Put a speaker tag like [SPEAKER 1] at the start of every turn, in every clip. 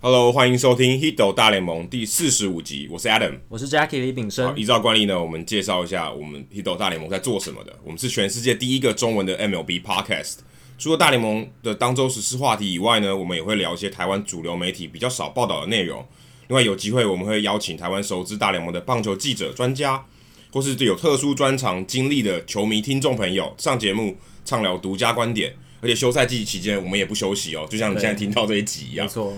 [SPEAKER 1] Hello，欢迎收听《Hido 大联盟》第四十五集，我是 Adam。
[SPEAKER 2] 我是 Jackie 李炳
[SPEAKER 1] 好，
[SPEAKER 2] 生，
[SPEAKER 1] 依照惯例呢，我们介绍一下我们 Hido 大联盟在做什么的。我们是全世界第一个中文的 MLB Podcast。除了大联盟的当周时事话题以外呢，我们也会聊一些台湾主流媒体比较少报道的内容。另外，有机会我们会邀请台湾熟知大联盟的棒球记者、专家，或是有特殊专长经历的球迷听众朋友上节目畅聊独家观点。而且休赛季期间，我们也不休息哦，就像你现在听到这一集一样
[SPEAKER 2] 没。错，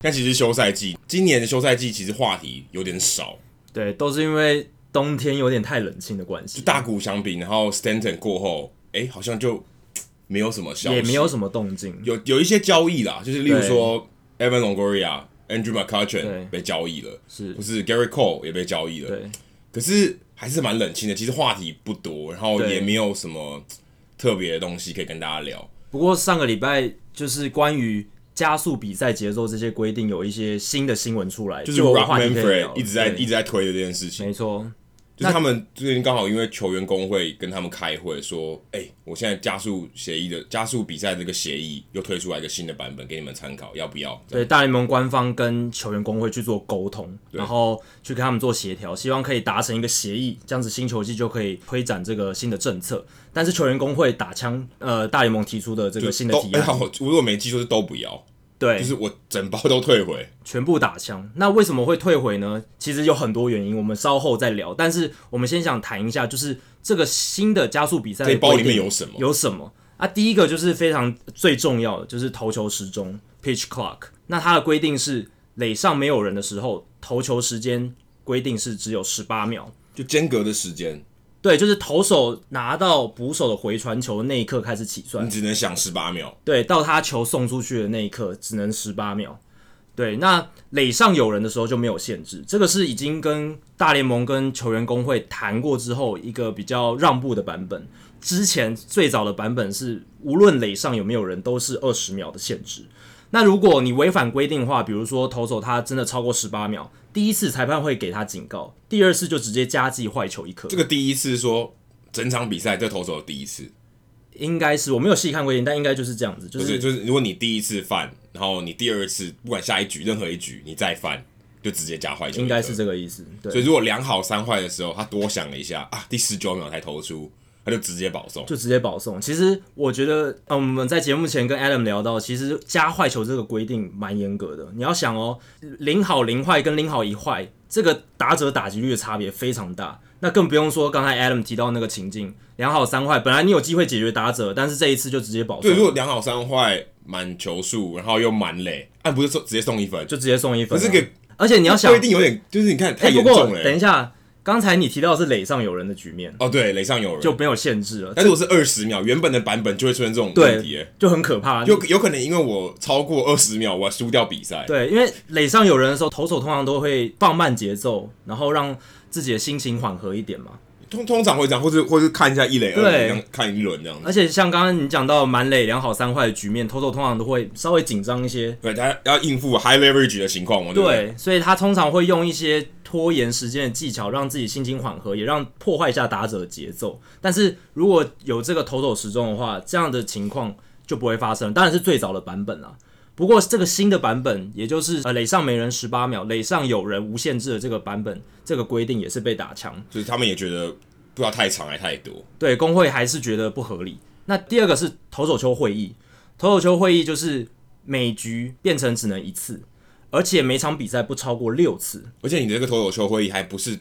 [SPEAKER 1] 但其实休赛季，今年的休赛季其实话题有点少，
[SPEAKER 2] 对，都是因为冬天有点太冷清的关
[SPEAKER 1] 就
[SPEAKER 2] 系，
[SPEAKER 1] 大谷翔平，然后 Stanton 过后，哎、好像就嘖没有什么消息，
[SPEAKER 2] 也没有什么动静。
[SPEAKER 1] 有有一些交易啦，就是例如
[SPEAKER 2] 对
[SPEAKER 1] 说 Evan Longoria、Andrew
[SPEAKER 2] 对
[SPEAKER 1] McCutchen 被交易了，
[SPEAKER 2] 是
[SPEAKER 1] 或，是 Gary Cole 也被交易了，
[SPEAKER 2] 对，
[SPEAKER 1] 可是还是蛮冷清的。其实话题不多，然后
[SPEAKER 2] 对
[SPEAKER 1] 也没有什么嘖特别的东西可以跟大家聊。
[SPEAKER 2] 不过上个礼拜就是关于加速比赛节奏这些规定有一些新的新闻出来，
[SPEAKER 1] 就是
[SPEAKER 2] 有
[SPEAKER 1] Rock
[SPEAKER 2] 话题可以
[SPEAKER 1] Manfred
[SPEAKER 2] 聊了
[SPEAKER 1] 一直在
[SPEAKER 2] 对
[SPEAKER 1] 一直在推的这件事情，
[SPEAKER 2] 没错，
[SPEAKER 1] 就是他们最近刚好因为球员工会跟他们开会说，哎、我现在加速协议的加速比赛这个协议又推出来一个新的版本给你们参考，要不要？这样
[SPEAKER 2] 对大联盟官方跟球员工会去做沟通，然后去跟他们做协调，希望可以达成一个协议，这样子新球季就可以推展这个新的政策。但是球员工会打枪，呃，大联盟提出的这个新的
[SPEAKER 1] 都
[SPEAKER 2] 提
[SPEAKER 1] 哎
[SPEAKER 2] 案，
[SPEAKER 1] 好，我如果没记错是都不要，
[SPEAKER 2] 对，
[SPEAKER 1] 就是我整包都退回。
[SPEAKER 2] 全部打枪。那为什么会退回呢？其实有很多原因，我们稍后再聊。但是我们先想谈一下，就是这个新的加速比赛的
[SPEAKER 1] 哎这一包
[SPEAKER 2] 规定
[SPEAKER 1] 里面有什么
[SPEAKER 2] 有什么？啊，第一个就是非常最重要的，就是投球时钟 （pitch clock）。那它的规定是，垒上没有人的时候，投球时间规定是只有十八秒。
[SPEAKER 1] 就间隔的时间，
[SPEAKER 2] 对，就是投手拿到捕手的回传球的那一刻开始起算
[SPEAKER 1] 你。只能想十八秒，
[SPEAKER 2] 对，到他球送出去的那一刻，只能十八秒。对，那垒上有人的时候就没有限制，这个是已经跟大联盟跟球员工会谈过之后一个比较让步的版本。之前最早的版本是无论垒上有没有人，都是二十秒的限制。那如果你违反规定的话，比如说投手他真的超过十八秒，第一次裁判会给他警告，第二次就直接加计坏球一颗。
[SPEAKER 1] 这个第一次说整场比赛这投手的第一次，
[SPEAKER 2] 应该是我没有细看规定，但应该就是这样子，就
[SPEAKER 1] 就是是就是如果你第一次犯，然后你第二次不管下一局任何一局你再犯，就直接加坏球一颗，
[SPEAKER 2] 应该是这个意思。对，
[SPEAKER 1] 所以如果两好三坏的时候，他多想了一下啊，第十九秒才投出，他就直接保送。
[SPEAKER 2] 就直接保送。其实我觉得，嗯，我们在节目前跟 Adam 聊到，其实加坏球这个规定蛮严格的。你要想哦，零好零坏跟零好一坏，这个打者打击率的差别非常大。那更不用说刚才 Adam 提到那个情境，两好三坏，本来你有机会解决打者，但是这一次就直接保
[SPEAKER 1] 对，如
[SPEAKER 2] 送，
[SPEAKER 1] 果两好三坏满球数，然后又满垒，按、不是说直接送一分，
[SPEAKER 2] 就直接送一分
[SPEAKER 1] 可
[SPEAKER 2] 啊。
[SPEAKER 1] 是给
[SPEAKER 2] 而且你要想
[SPEAKER 1] 规，定有点，就是你看太
[SPEAKER 2] 哎，不
[SPEAKER 1] 严
[SPEAKER 2] 过
[SPEAKER 1] 重了、欸
[SPEAKER 2] 等一下，刚才你提到的是垒上有人的局面，
[SPEAKER 1] 哦，对，垒上有人，
[SPEAKER 2] 就没有限制了，
[SPEAKER 1] 但是我是二十秒，原本的版本就会出现这种问题、
[SPEAKER 2] 对
[SPEAKER 1] 欸，，
[SPEAKER 2] 就很可怕。
[SPEAKER 1] 有有可能因为我超过二十秒，我要输掉比赛。
[SPEAKER 2] 对，因为垒上有人的时候，投手通常都会放慢节奏，然后让自己的心情缓和一点嘛。
[SPEAKER 1] 通通常会这样，或是或是看一下一垒、二垒，
[SPEAKER 2] 对
[SPEAKER 1] 这样看一轮这样子。
[SPEAKER 2] 而且像刚刚你讲到满垒两好三坏的局面，投手通常都会稍微紧张一些。
[SPEAKER 1] 对，他要应付 high leverage 的情况嘛，对不对？
[SPEAKER 2] 对，所以他通常会用一些拖延时间的技巧，让自己心情缓和，也让破坏一下打者的节奏。但是如果有这个投手时钟的话，这样的情况就不会发生。当然是最早的版本啦。不过这个新的版本，也就是呃垒上没人十八秒，垒上有人无限制的这个版本，这个规定也是被打枪。
[SPEAKER 1] 就是他们也觉得不要太长还太多，
[SPEAKER 2] 对，工会还是觉得不合理。那第二个是投手球会议，投手球会议就是每局变成只能一次，而且每场比赛不超过六次。
[SPEAKER 1] 而且你这个投手球会议还不是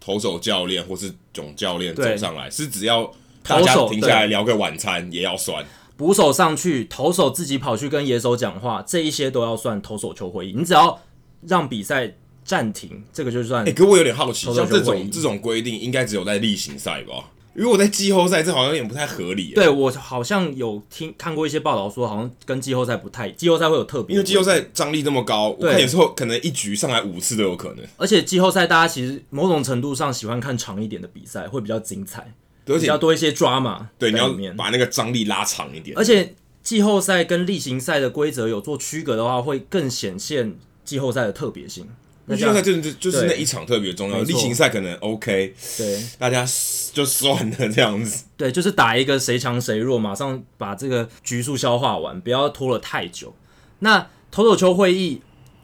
[SPEAKER 1] 投手教练或是总教练
[SPEAKER 2] 对
[SPEAKER 1] 走上来，是只要大
[SPEAKER 2] 投手
[SPEAKER 1] 家停下来聊个晚餐也要算，
[SPEAKER 2] 捕手上去，投手自己跑去跟野手讲话，这一些都要算投手球会议。你只要让比赛暂停，这个就算
[SPEAKER 1] 哎、可我有点好 奇，
[SPEAKER 2] 投手
[SPEAKER 1] 像
[SPEAKER 2] 球会
[SPEAKER 1] 这
[SPEAKER 2] 议
[SPEAKER 1] 种这种规定应该只有在例行赛吧？如果在季后赛，这好像有点不太合理耶。
[SPEAKER 2] 对我好像有听看过一些报道说，好像跟季后赛不太，季后赛会有特别，
[SPEAKER 1] 因为季后，赛张力这么高，我
[SPEAKER 2] 对
[SPEAKER 1] 看有时候可能一局上来五次都有可能，
[SPEAKER 2] 而且季后赛大家其实某种程度上喜欢看长一点的比赛，会比较精彩，
[SPEAKER 1] 对而
[SPEAKER 2] 比较
[SPEAKER 1] 且
[SPEAKER 2] 多一些 drama
[SPEAKER 1] 对你
[SPEAKER 2] 在
[SPEAKER 1] 要
[SPEAKER 2] 里面
[SPEAKER 1] 把那个张力拉长一点。
[SPEAKER 2] 而且季后赛跟例行赛的规则有做区隔的话，会更显现季后赛的特别性。那
[SPEAKER 1] 季
[SPEAKER 2] 这
[SPEAKER 1] 后赛
[SPEAKER 2] 样
[SPEAKER 1] 真的就就是
[SPEAKER 2] 对
[SPEAKER 1] 那一场特别重要，
[SPEAKER 2] 没错
[SPEAKER 1] 例行赛可能 OK，
[SPEAKER 2] 对
[SPEAKER 1] 大家就算了这样子。
[SPEAKER 2] 对，就是打一个谁强谁弱，马上把这个局数消化完，不要拖了太久。那投手球会议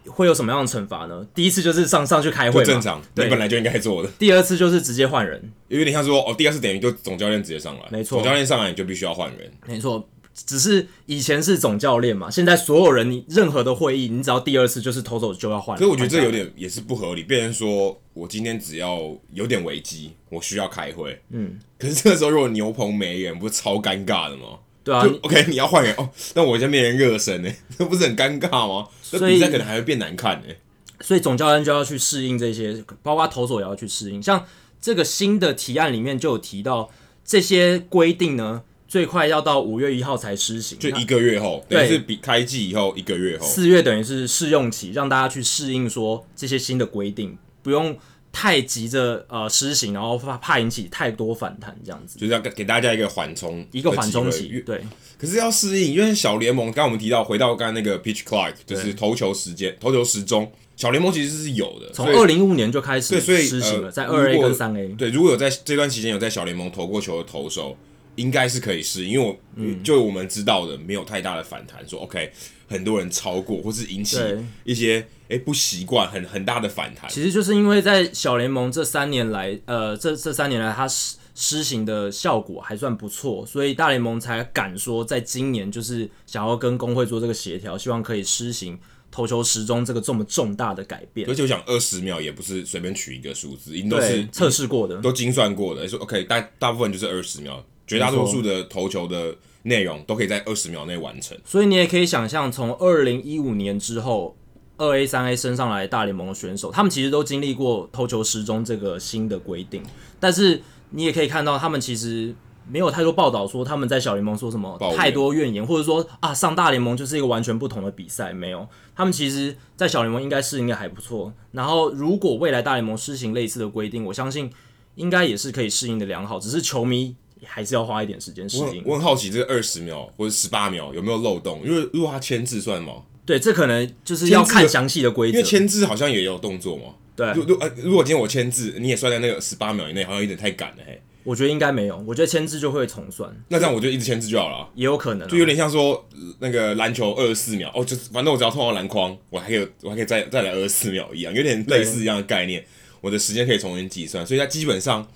[SPEAKER 2] 会有什么样的惩罚呢？第一次就是上上去开会
[SPEAKER 1] 不
[SPEAKER 2] 嘛，
[SPEAKER 1] 正常，你
[SPEAKER 2] 对
[SPEAKER 1] 本来就应该做的，
[SPEAKER 2] 第二次就是直接换人，
[SPEAKER 1] 有点像说哦，第二次等于就总教练直接上来，
[SPEAKER 2] 没错嗯
[SPEAKER 1] 总教练上来你就必须要换人，
[SPEAKER 2] 没错。只是以前是总教练嘛，现在所有人你任何的会议，你只要第二次就是投手就要换。
[SPEAKER 1] 所以我觉得
[SPEAKER 2] 换
[SPEAKER 1] 这
[SPEAKER 2] 人
[SPEAKER 1] 有点也是不合理。变成说我今天只要有点危机，我需要开会，嗯，可是这个时候如果牛棚没人，不是超尴尬的吗？
[SPEAKER 2] 对啊，
[SPEAKER 1] 就
[SPEAKER 2] 你
[SPEAKER 1] OK，你要换人哦，那我现在没人热身呢， 这不是很尴尬吗？那
[SPEAKER 2] 所以
[SPEAKER 1] 比赛可能还会变难看呢。
[SPEAKER 2] 所以总教练就要去适应这些，包括投手也要去适应。像这个新的提案里面就有提到这些规定呢，最快要到五月一号才施行，
[SPEAKER 1] 就
[SPEAKER 2] 那
[SPEAKER 1] 一个月后，等于
[SPEAKER 2] 对
[SPEAKER 1] 是比开季以后一个月后，
[SPEAKER 2] 四月等于是试用期，让大家去适应说这些新的规定，不用太急着呃施行，然后怕怕引起太多反弹这样子，
[SPEAKER 1] 就是要给给大家一个缓冲，
[SPEAKER 2] 一个缓冲
[SPEAKER 1] 因为
[SPEAKER 2] 期。对
[SPEAKER 1] 可是要适应，因为小联盟，刚刚我们提到，回到刚刚那个 pitch clock，就是投球时间、投球时钟，小联盟其实是有的。
[SPEAKER 2] 从
[SPEAKER 1] 所以
[SPEAKER 2] 二零一五年就开始
[SPEAKER 1] 对，所以
[SPEAKER 2] 施行了，
[SPEAKER 1] 呃
[SPEAKER 2] 在二 A
[SPEAKER 1] 如果
[SPEAKER 2] 跟三 A。
[SPEAKER 1] 对，如果有在这段期间有在小联盟投过球的投手，应该是可以适应，因为我、
[SPEAKER 2] 嗯
[SPEAKER 1] 就我们知道的，没有太大的反弹，说 OK，很多人超过或是引起
[SPEAKER 2] 对
[SPEAKER 1] 一些诶不习惯，很很大的反弹。
[SPEAKER 2] 其实就是因为在小联盟这三年来，呃，这这三年来它施施行的效果还算不错，所以大联盟才敢说在今年就是想要跟工会做这个协调，希望可以施行投球时钟这个这么重大的改变
[SPEAKER 1] 而。且我想，二十秒也不是随便取一个数字，因为都是
[SPEAKER 2] 对，测试过的。
[SPEAKER 1] 都精算过的，说 OK，大大部分就是二十秒，绝大多数的投球的内容都可以在二十秒内完成。
[SPEAKER 2] 所以你也可以想象，从二零一五年之后，二 A、三 A 升上来大联盟的选手，他们其实都经历过投球时钟这个新的规定，但是你也可以看到，他们其实没有太多报道说他们在小联盟说什么
[SPEAKER 1] 抱怨
[SPEAKER 2] 太多怨言，或者说啊上大联盟就是一个完全不同的比赛，没有。他们其实，在小联盟应该适应的还不错。然后，如果未来大联盟施行类似的规定，我相信应该也是可以适应的良好，只是球迷还是要花一点时间适
[SPEAKER 1] 我
[SPEAKER 2] 应
[SPEAKER 1] 很。我很好奇这个二十秒或者十八秒有没有漏洞，因为如果他签字算吗？
[SPEAKER 2] 对，这可能就是要看详细的规
[SPEAKER 1] 因
[SPEAKER 2] 则
[SPEAKER 1] 为。签字好像也有动作嘛。
[SPEAKER 2] 对
[SPEAKER 1] 如，如呃，如果今天我签字，你也算在那个十八秒以内，好像有点太赶了嘿。
[SPEAKER 2] 我觉得应该没有，我觉得签字就会重算，
[SPEAKER 1] 那这样我就一直签字就好了啊、
[SPEAKER 2] 也有可能啊、
[SPEAKER 1] 就有点像说呃那个篮球二十四秒哦，就是反正我只要碰到篮筐，我还可以我还可以再再来二十四秒一样，有点类似一样的概念。我的时间可以重新计算，所以它基本上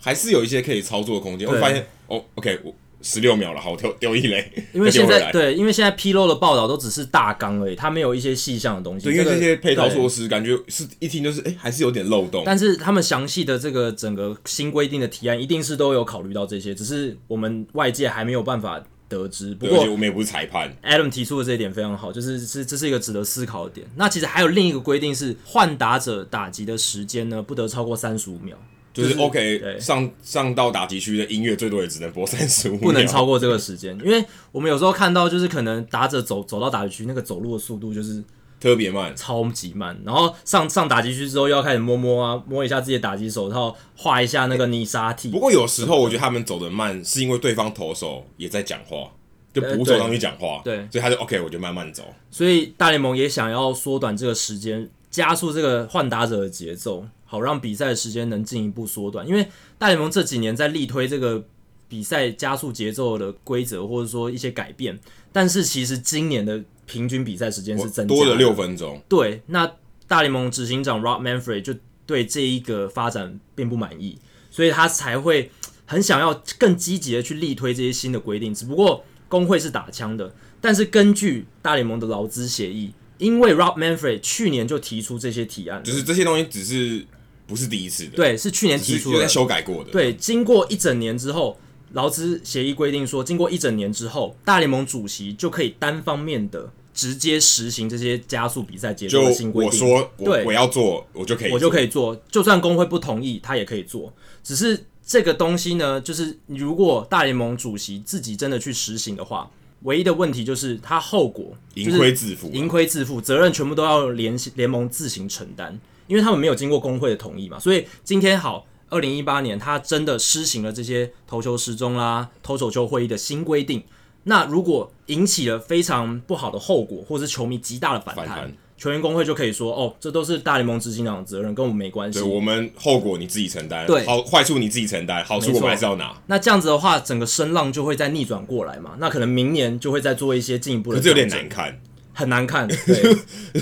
[SPEAKER 1] 还是有一些可以操作的空间。我
[SPEAKER 2] 对
[SPEAKER 1] 发现哦，OK，我十六秒了，好，我丢丢一垒，
[SPEAKER 2] 因
[SPEAKER 1] 再丢
[SPEAKER 2] 为现
[SPEAKER 1] 回
[SPEAKER 2] 在
[SPEAKER 1] 来
[SPEAKER 2] 对，因为现在披露的报道都只是大纲而已，它没有一些细项的东西。
[SPEAKER 1] 对，因为
[SPEAKER 2] 个
[SPEAKER 1] 这些配套措
[SPEAKER 2] 对
[SPEAKER 1] 施感觉是一听就是哎、诶还是有点漏洞。
[SPEAKER 2] 但是他们详细的这个整个新规定的提案，一定是都有考虑到这些，只是我们外界还没有办法得知。不
[SPEAKER 1] 对而
[SPEAKER 2] 过
[SPEAKER 1] 且我们也不是裁判，
[SPEAKER 2] Adam 提出的这一点非常好，就是是这是一个值得思考的点。那其实还有另一个规定是，换打者打击的时间呢，不得超过三十五秒。
[SPEAKER 1] 就是 OK
[SPEAKER 2] 对
[SPEAKER 1] 上上到打击区的音乐最多也只能播三十五秒，
[SPEAKER 2] 不能超过这个时间，因为我们有时候看到就是可能打者走走到打击区，那个走路的速度就是
[SPEAKER 1] 特别慢。
[SPEAKER 2] 超级慢，然后上上打击区之后又要开始摸摸啊，摸一下自己的打击手套，画一下那个泥沙
[SPEAKER 1] 不
[SPEAKER 2] 体。
[SPEAKER 1] 过有时候我觉得他们走得慢，是因为对方投手也在讲话，就捕手上去讲话，
[SPEAKER 2] 呃对对
[SPEAKER 1] 所以他就 OK，我就慢慢走。
[SPEAKER 2] 所以大联盟也想要缩短这个时间，加速这个换打者的节奏，好让比赛的时间能进一步缩短。因为大联盟这几年在力推这个比赛加速节奏的规则，或者说一些改变，但是其实今年的平均比赛时间是增加
[SPEAKER 1] 多了
[SPEAKER 2] 的
[SPEAKER 1] 六分钟，
[SPEAKER 2] 对，那大联盟执行长 Rob Manfred 就对这一个发展并不满意，所以他才会很想要更积极的去力推这些新的规定。只不过工会是打枪的，但是根据大联盟的劳资协议，因为 Rob Manfred 去年就提出这些提案了，
[SPEAKER 1] 就是这些东西只是不是第一次的，，
[SPEAKER 2] 对，是去年提
[SPEAKER 1] 只是
[SPEAKER 2] 出的，
[SPEAKER 1] 有在修改过的，，
[SPEAKER 2] 对，经过一整年之后，劳资协议规定说，经过一整年之后，大联盟主席就可以单方面的直接实行这些加速比赛节
[SPEAKER 1] 就
[SPEAKER 2] 奏的新规
[SPEAKER 1] 我
[SPEAKER 2] 定。
[SPEAKER 1] 说我
[SPEAKER 2] 对
[SPEAKER 1] 我要做，我就可以做，
[SPEAKER 2] 我就可以做，就算工会不同意，他也可以做。只是这个东西呢，就是如果大联盟主席自己真的去实行的话，唯一的问题就是他后果
[SPEAKER 1] 盈亏自负
[SPEAKER 2] 就是。盈亏自负，责任全部都要联联盟自行承担，因为他们没有经过工会的同意嘛。所以今天好，二零一八年他真的施行了这些投球时钟啦、投手球会议的新规定。那如果引起了非常不好的后果，或是球迷极大的反
[SPEAKER 1] 反
[SPEAKER 2] 弹
[SPEAKER 1] 弹，
[SPEAKER 2] 球员工会就可以说，哦，这都是大联盟执行长的责任，跟我们没关系
[SPEAKER 1] 对。我们后果你自己承担，
[SPEAKER 2] 对
[SPEAKER 1] 好坏处你自己承担，好处
[SPEAKER 2] 没
[SPEAKER 1] 我
[SPEAKER 2] 错
[SPEAKER 1] 们还是要拿，
[SPEAKER 2] 那这样子的话，整个声浪就会再逆转过来嘛。那可能明年就会再做一些进一步的，
[SPEAKER 1] 可是有点，难看。
[SPEAKER 2] 很难看。对，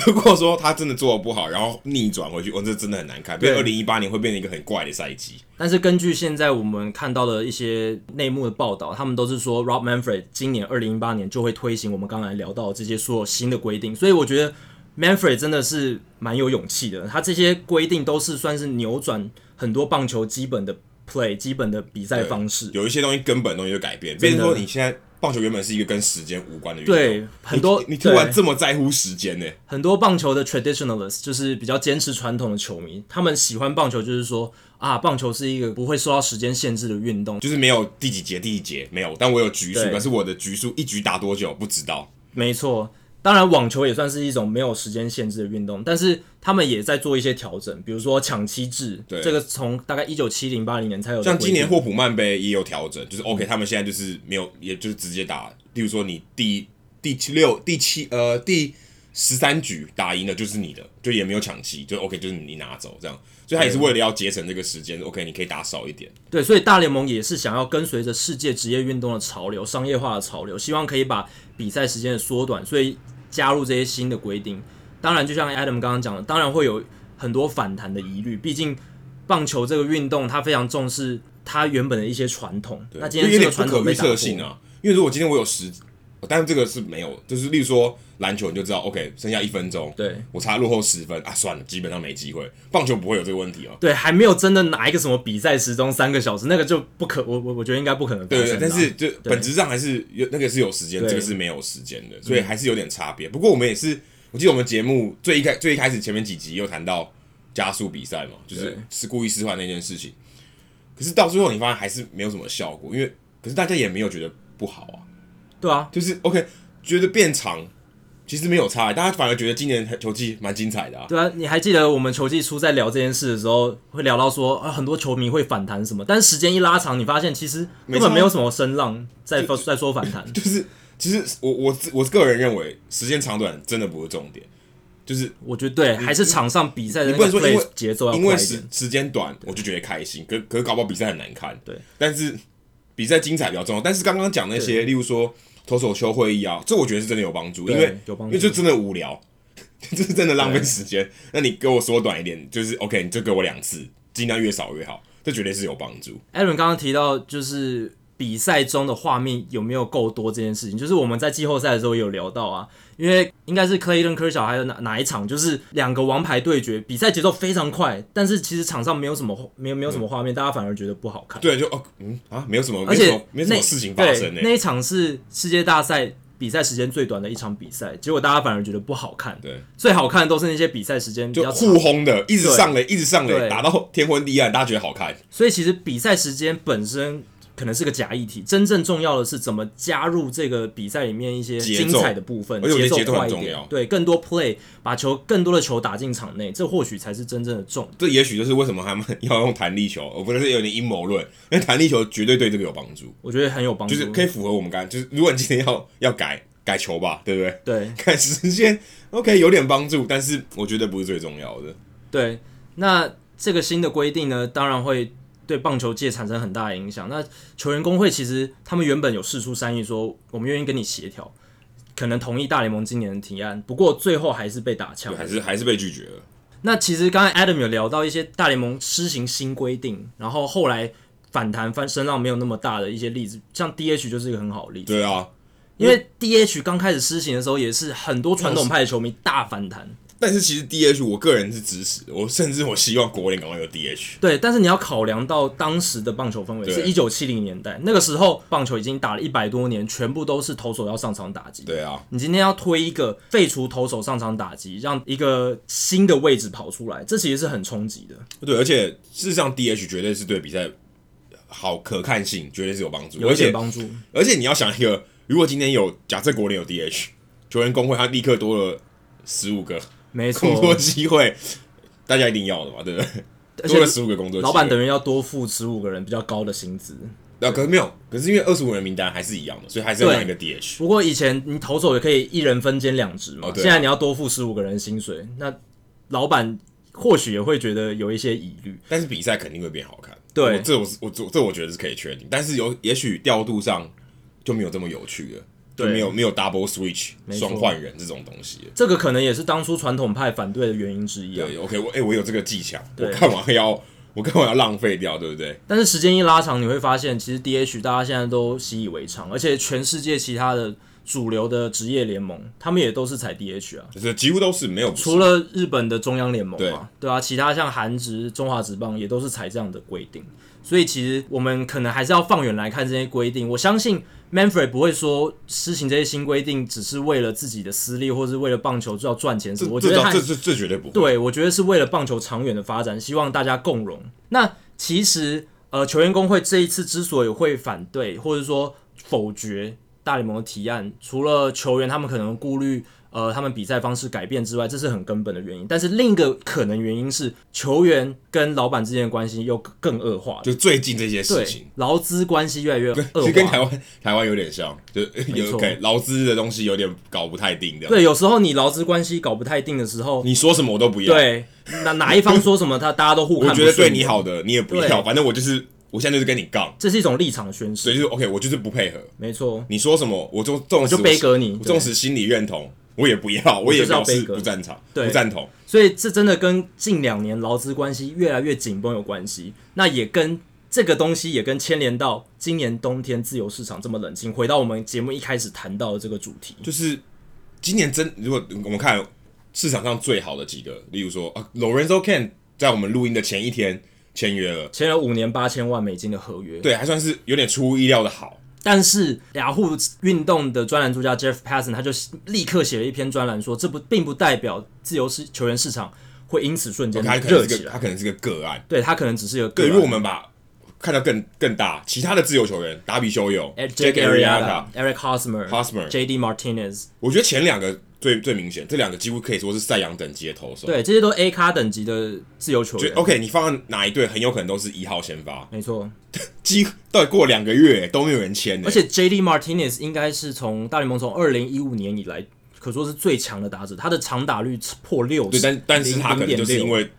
[SPEAKER 1] 如果说他真的做的不好，然后逆转回去，我、哦、这真的很难看。变二
[SPEAKER 2] 对
[SPEAKER 1] 零一八年会变成一个很怪的赛季，
[SPEAKER 2] 但是根据现在我们看到的一些内幕的报道，他们都是说 Rob Manfred 今年二零一八年就会推行我们刚才聊到的这些所有新的规定，所以我觉得 Manfred 真的是蛮有勇气的。他这些规定都是算是扭转很多棒球基本的 play、基本的比赛方式，
[SPEAKER 1] 有一些东西根本东西就改变，变成说你现在棒球原本是一个跟时间无关的运动，
[SPEAKER 2] 对很多
[SPEAKER 1] 你你突然
[SPEAKER 2] 对
[SPEAKER 1] 这么在乎时间呢、
[SPEAKER 2] 很多棒球的 traditionalist 就是比较坚持传统的球迷，他们喜欢棒球就是说啊，棒球是一个不会受到时间限制的运动，
[SPEAKER 1] 就是没有第几节第几节没有，但我有局数，
[SPEAKER 2] 对
[SPEAKER 1] 可是我的局数一局打多久不知道。
[SPEAKER 2] 没错，当然网球也算是一种没有时间限制的运动，但是他们也在做一些调整，比如说抢七制，
[SPEAKER 1] 对
[SPEAKER 2] 这个从大概一九七零八零年才有的
[SPEAKER 1] 像今年
[SPEAKER 2] 规定嗯
[SPEAKER 1] 霍普曼杯也有调整，就是 OK，他们现在就是没有，也就是直接打，例如说你第第七六、第七呃第十三局打赢了就是你的，就也没有抢七，就 OK，就是你拿走这样。所以他也是为了要节省这个时
[SPEAKER 2] 嗯
[SPEAKER 1] 间，OK，你可以打少一点。
[SPEAKER 2] 对，所以大联盟也是想要跟随着世界职业运动的潮流、商业化的潮流，希望可以把比赛时间的缩短，所以加入这些新的规定。当然，就像 Adam 刚刚讲的，当然会有很多反弹的疑虑，毕竟棒球这个运动它非常重视它原本的一些传统。
[SPEAKER 1] 对
[SPEAKER 2] 那今
[SPEAKER 1] 因为
[SPEAKER 2] 天
[SPEAKER 1] 有
[SPEAKER 2] 这
[SPEAKER 1] 点不
[SPEAKER 2] 个传
[SPEAKER 1] 可
[SPEAKER 2] 统
[SPEAKER 1] 预
[SPEAKER 2] 被打
[SPEAKER 1] 测
[SPEAKER 2] 破，
[SPEAKER 1] 性啊。因为如果今天我有十，但这个是没有，就是例如说篮球，你就知道 OK，剩下一分钟，
[SPEAKER 2] 对
[SPEAKER 1] 我差落后十分啊，算了，基本上没机会。棒球不会有这个问题哦、
[SPEAKER 2] 对，还没有真的拿一个什么比赛时钟三个小时，那个就不可，我我我觉得应该不可能发
[SPEAKER 1] 对
[SPEAKER 2] 生啊
[SPEAKER 1] 对，
[SPEAKER 2] 啦。
[SPEAKER 1] 但是就本质上还是有那个是有时间，
[SPEAKER 2] 对嗯
[SPEAKER 1] 这个是没有时间的，所以还是有点差别。不过我们也是，我记得我们节目最一开最一开始前面几集有谈到加速比赛嘛，就是
[SPEAKER 2] 对
[SPEAKER 1] 是故意失换那件事情。可是到最后你发现还是没有什么效果，因为可是大家也没有觉得不好啊，
[SPEAKER 2] 对啊，
[SPEAKER 1] 就是 OK 觉得变长其实没有差，大家反而觉得今年球季蛮精彩的啊。
[SPEAKER 2] 对啊，你还记得我们球季初在聊这件事的时候，会聊到说啊，很多球迷会反弹什么，但是时间一拉长，你发现其实根
[SPEAKER 1] 没错
[SPEAKER 2] 本
[SPEAKER 1] 啊
[SPEAKER 2] 没有什么声浪在发在说反弹。
[SPEAKER 1] 就是其实我我自我个人认为时间长短真的不是重点，就是
[SPEAKER 2] 我觉得对，还是场上比赛的
[SPEAKER 1] 你
[SPEAKER 2] 那
[SPEAKER 1] 不能
[SPEAKER 2] 个
[SPEAKER 1] 说因
[SPEAKER 2] play
[SPEAKER 1] 为
[SPEAKER 2] 节奏要
[SPEAKER 1] 因为
[SPEAKER 2] 快一
[SPEAKER 1] 时
[SPEAKER 2] 点。
[SPEAKER 1] 时间短，我就觉得开心。可可是搞不好比赛很难看。
[SPEAKER 2] 对，
[SPEAKER 1] 但是比赛精彩比较重要。但是刚刚讲那些，例如说投手球会议啊，这我觉得是真的有帮助，
[SPEAKER 2] 对
[SPEAKER 1] 因为
[SPEAKER 2] 有帮助
[SPEAKER 1] 因为就真的无聊， 这是真的浪费时间。那你给我缩短一点，就是 OK，你就给我两次，尽量越少越好，这绝对是有帮助。
[SPEAKER 2] 艾伦刚刚提到就是比赛中的画面有没有够多这件事情，就是我们在季后赛的时候也有聊到啊，因为应该是 Clayton Kershaw 还有哪哪一场，就是两个王牌对决，比赛节奏非常快，但是其实场上没有什么没有没有什么画面，大家反而觉得不好看。
[SPEAKER 1] 对，就哦，嗯啊，没有什么，没
[SPEAKER 2] 而
[SPEAKER 1] 有什
[SPEAKER 2] 且
[SPEAKER 1] 么，没有什么
[SPEAKER 2] 那
[SPEAKER 1] 事情发生呢、欸
[SPEAKER 2] 对那一场是世界大赛比赛时间最短的一场比赛，结果大家反而觉得不好看。
[SPEAKER 1] 对，
[SPEAKER 2] 最好看的都是那些比赛时间比
[SPEAKER 1] 就
[SPEAKER 2] 较长
[SPEAKER 1] 互，轰的，一直上垒，一直上垒，
[SPEAKER 2] 对
[SPEAKER 1] 打到天昏地暗，大家觉得好看。
[SPEAKER 2] 所以其实比赛时间本身可能是个假议题，真正重要的是怎么加入这个比赛里面一些
[SPEAKER 1] 节
[SPEAKER 2] 精
[SPEAKER 1] 奏哎
[SPEAKER 2] 彩的部分，
[SPEAKER 1] 而且我觉得节
[SPEAKER 2] 节
[SPEAKER 1] 奏很
[SPEAKER 2] 奏快一
[SPEAKER 1] 重
[SPEAKER 2] 点
[SPEAKER 1] 要，
[SPEAKER 2] 对，更多 play，把球更多的球打进场内，这或许才是真正的重点。
[SPEAKER 1] 这也许就是为什么他们 要用弹力球，而不是有点阴谋论。因为弹力球绝对对这个有帮助，
[SPEAKER 2] 我觉得很有帮助，
[SPEAKER 1] 就是可以符合我们刚才，就是如果你今天要要改改球吧，对不对？
[SPEAKER 2] 对。
[SPEAKER 1] 改时间 OK 有点帮助，但是我觉得不是最重要的。
[SPEAKER 2] 对，那这个新的规定呢，当然会对棒球界产生很大的影响。那球员工会其实他们原本有试出善意说，我们愿意跟你协调，可能同意大联盟今年的提案，不过最后还是被打枪
[SPEAKER 1] 对，。还是还是被拒绝了。
[SPEAKER 2] 那其实刚才 Adam 有聊到一些大联盟施行新规定，然后后来反弹翻声浪没有那么大的一些例子，像 DH 就是一个很好的例子。
[SPEAKER 1] 对啊，
[SPEAKER 2] 因为 DH 刚开始施行的时候，也是很多传统派的球迷大反弹。
[SPEAKER 1] 但是其实 DH 我个人是支持的，我甚至我希望国联赶快有 DH。
[SPEAKER 2] 对，但是你要考量到当时的棒球氛围，
[SPEAKER 1] 对
[SPEAKER 2] 是一九七零年代，那个时候棒球已经打了一百多年，全部都是投手要上场打击。
[SPEAKER 1] 对啊，
[SPEAKER 2] 你今天要推一个废除投手上场打击，让一个新的位置跑出来，这其实是很冲击的。
[SPEAKER 1] 对，而且事实上 DH 绝对是对比赛好可看性绝对是有帮助，
[SPEAKER 2] 有
[SPEAKER 1] 而
[SPEAKER 2] 一点
[SPEAKER 1] 且
[SPEAKER 2] 帮助。
[SPEAKER 1] 而且你要想一个，如果今天有假设国联有 DH，球员工会他立刻多了十五个
[SPEAKER 2] 没
[SPEAKER 1] 工作
[SPEAKER 2] 错，
[SPEAKER 1] 机会，大家一定要的嘛，对不对？
[SPEAKER 2] 而
[SPEAKER 1] 多了
[SPEAKER 2] 且
[SPEAKER 1] 十五个工作机会，
[SPEAKER 2] 老板等于要多付十五个人比较高的薪资。
[SPEAKER 1] 啊，可是没有，可是因为二十五人名单还是一样的，所以还是要让一个 DH。
[SPEAKER 2] 不过以前你投手也可以一人分兼两职嘛，
[SPEAKER 1] 哦对啊
[SPEAKER 2] 现在你要多付十五个人薪水，那老板或许也会觉得有一些疑虑。
[SPEAKER 1] 但是比赛肯定会变好看，
[SPEAKER 2] 对
[SPEAKER 1] 我这我是我这这我觉得是可以确定，但是有也许调度上就没有这么有趣了，就
[SPEAKER 2] 对
[SPEAKER 1] 没有没有 double switch
[SPEAKER 2] 没错
[SPEAKER 1] 双换人这种东西了。
[SPEAKER 2] 这个可能也是当初传统派反对的原因之一啊。
[SPEAKER 1] 对，OK，我哎、我有这个技巧，
[SPEAKER 2] 对
[SPEAKER 1] 我干嘛要我干嘛要浪费掉，对不对？
[SPEAKER 2] 但是时间一拉长，你会发现其实 DH 大家现在都习以为常，而且全世界其他的主流的职业联盟，他们也都是采 DH 啊。
[SPEAKER 1] 就是几乎都是没有不是
[SPEAKER 2] 除了日本的中央联盟
[SPEAKER 1] 对
[SPEAKER 2] 嘛，对啊，其他像韩职、中华职棒也都是采这样的规定，所以其实我们可能还是要放远来看这些规定。我相信 Manfred 不会说施行这些新规定只是为了自己的私利，或是为了棒球就要赚钱什
[SPEAKER 1] 这
[SPEAKER 2] 么。我觉
[SPEAKER 1] 这
[SPEAKER 2] 得
[SPEAKER 1] 倒
[SPEAKER 2] 他
[SPEAKER 1] 这这这绝对不会。
[SPEAKER 2] 对，我觉得是为了棒球长远的发展，希望大家共荣。那其实呃，球员工会这一次之所以会反对，或者说否决大联盟的提案，除了球员他们可能顾虑。呃，他们比赛方式改变之外，这是很根本的原因。但是另一个可能原因是，球员跟老板之间的关系又更恶化了。
[SPEAKER 1] 就最近这些事
[SPEAKER 2] 对
[SPEAKER 1] 情，，
[SPEAKER 2] 劳资关系越来越恶
[SPEAKER 1] 其
[SPEAKER 2] 化。
[SPEAKER 1] 实跟台湾台湾有点像，就有
[SPEAKER 2] 错
[SPEAKER 1] 给劳资的东西有点搞不太定的。
[SPEAKER 2] 对，有时候你劳资关系搞不太定的时候，
[SPEAKER 1] 你说什么我都不要，
[SPEAKER 2] 对哪 哪一方说什么，他大家都互看
[SPEAKER 1] 我
[SPEAKER 2] 不
[SPEAKER 1] 觉得对
[SPEAKER 2] 顺
[SPEAKER 1] 你
[SPEAKER 2] 眼，
[SPEAKER 1] 好的你也不
[SPEAKER 2] 对
[SPEAKER 1] 要，反正我就是我现在就是跟你杠，
[SPEAKER 2] 这是一种立场宣
[SPEAKER 1] 所
[SPEAKER 2] 示。
[SPEAKER 1] 以就是 OK，我就是不配合。
[SPEAKER 2] 没错，
[SPEAKER 1] 你说什么，我就纵使
[SPEAKER 2] 就背隔你
[SPEAKER 1] 我
[SPEAKER 2] 对
[SPEAKER 1] 纵使心里认同，我也不要，我也
[SPEAKER 2] 就是要
[SPEAKER 1] 表示
[SPEAKER 2] 背隔
[SPEAKER 1] 不赞成，
[SPEAKER 2] 对
[SPEAKER 1] 不赞同。
[SPEAKER 2] 所以这真的跟近两年劳资关系越来越紧绷有关系，那也跟这个东西也跟牵连到今年冬天自由市场这么冷清。回到我们节目一开始谈到的这个主题，
[SPEAKER 1] 就是今年真，如果我们看市场上最好的几个，例如说啊，Lorenzo Can 在我们录音的前一天签约了，
[SPEAKER 2] 签了五年八千万美金的合约，
[SPEAKER 1] 对，还算是有点出乎意料的好。
[SPEAKER 2] 但是雅虎运动的专栏作家 Jeff Passan 他就立刻写了一篇专栏说，这不并不代表自由市球员市场会因此瞬间
[SPEAKER 1] 哦他可
[SPEAKER 2] 热啊
[SPEAKER 1] 能是
[SPEAKER 2] 起
[SPEAKER 1] 个，
[SPEAKER 2] 来，
[SPEAKER 1] 他可能是个个案。
[SPEAKER 2] 对他可能只是一个个
[SPEAKER 1] 对，
[SPEAKER 2] 案
[SPEAKER 1] 如果我们把看到更更大，其他的自由球员，达比修友、
[SPEAKER 2] Eric
[SPEAKER 1] Jack Arrieta，
[SPEAKER 2] 哎 Arrieta、Eric Hosmer、
[SPEAKER 1] Hosmer
[SPEAKER 2] J.D. Martinez，
[SPEAKER 1] 我觉得前两个最最明显，这两个几乎可以说是赛扬等级的投手。，
[SPEAKER 2] 对，这些都 A 咖等级的自由球
[SPEAKER 1] 就哦
[SPEAKER 2] 员。
[SPEAKER 1] OK，你放在哪一队，很有可能都是一号先发。
[SPEAKER 2] 没错，
[SPEAKER 1] 几乎到底过两个月都没有人签呢、欸
[SPEAKER 2] 而且 J.D. Martinez 应该是从大联盟从二零一五年以来可说是最强的打者，他的长打率破六
[SPEAKER 1] 对，
[SPEAKER 2] 十，
[SPEAKER 1] 但但是他可能就是因
[SPEAKER 2] 0.6
[SPEAKER 1] 为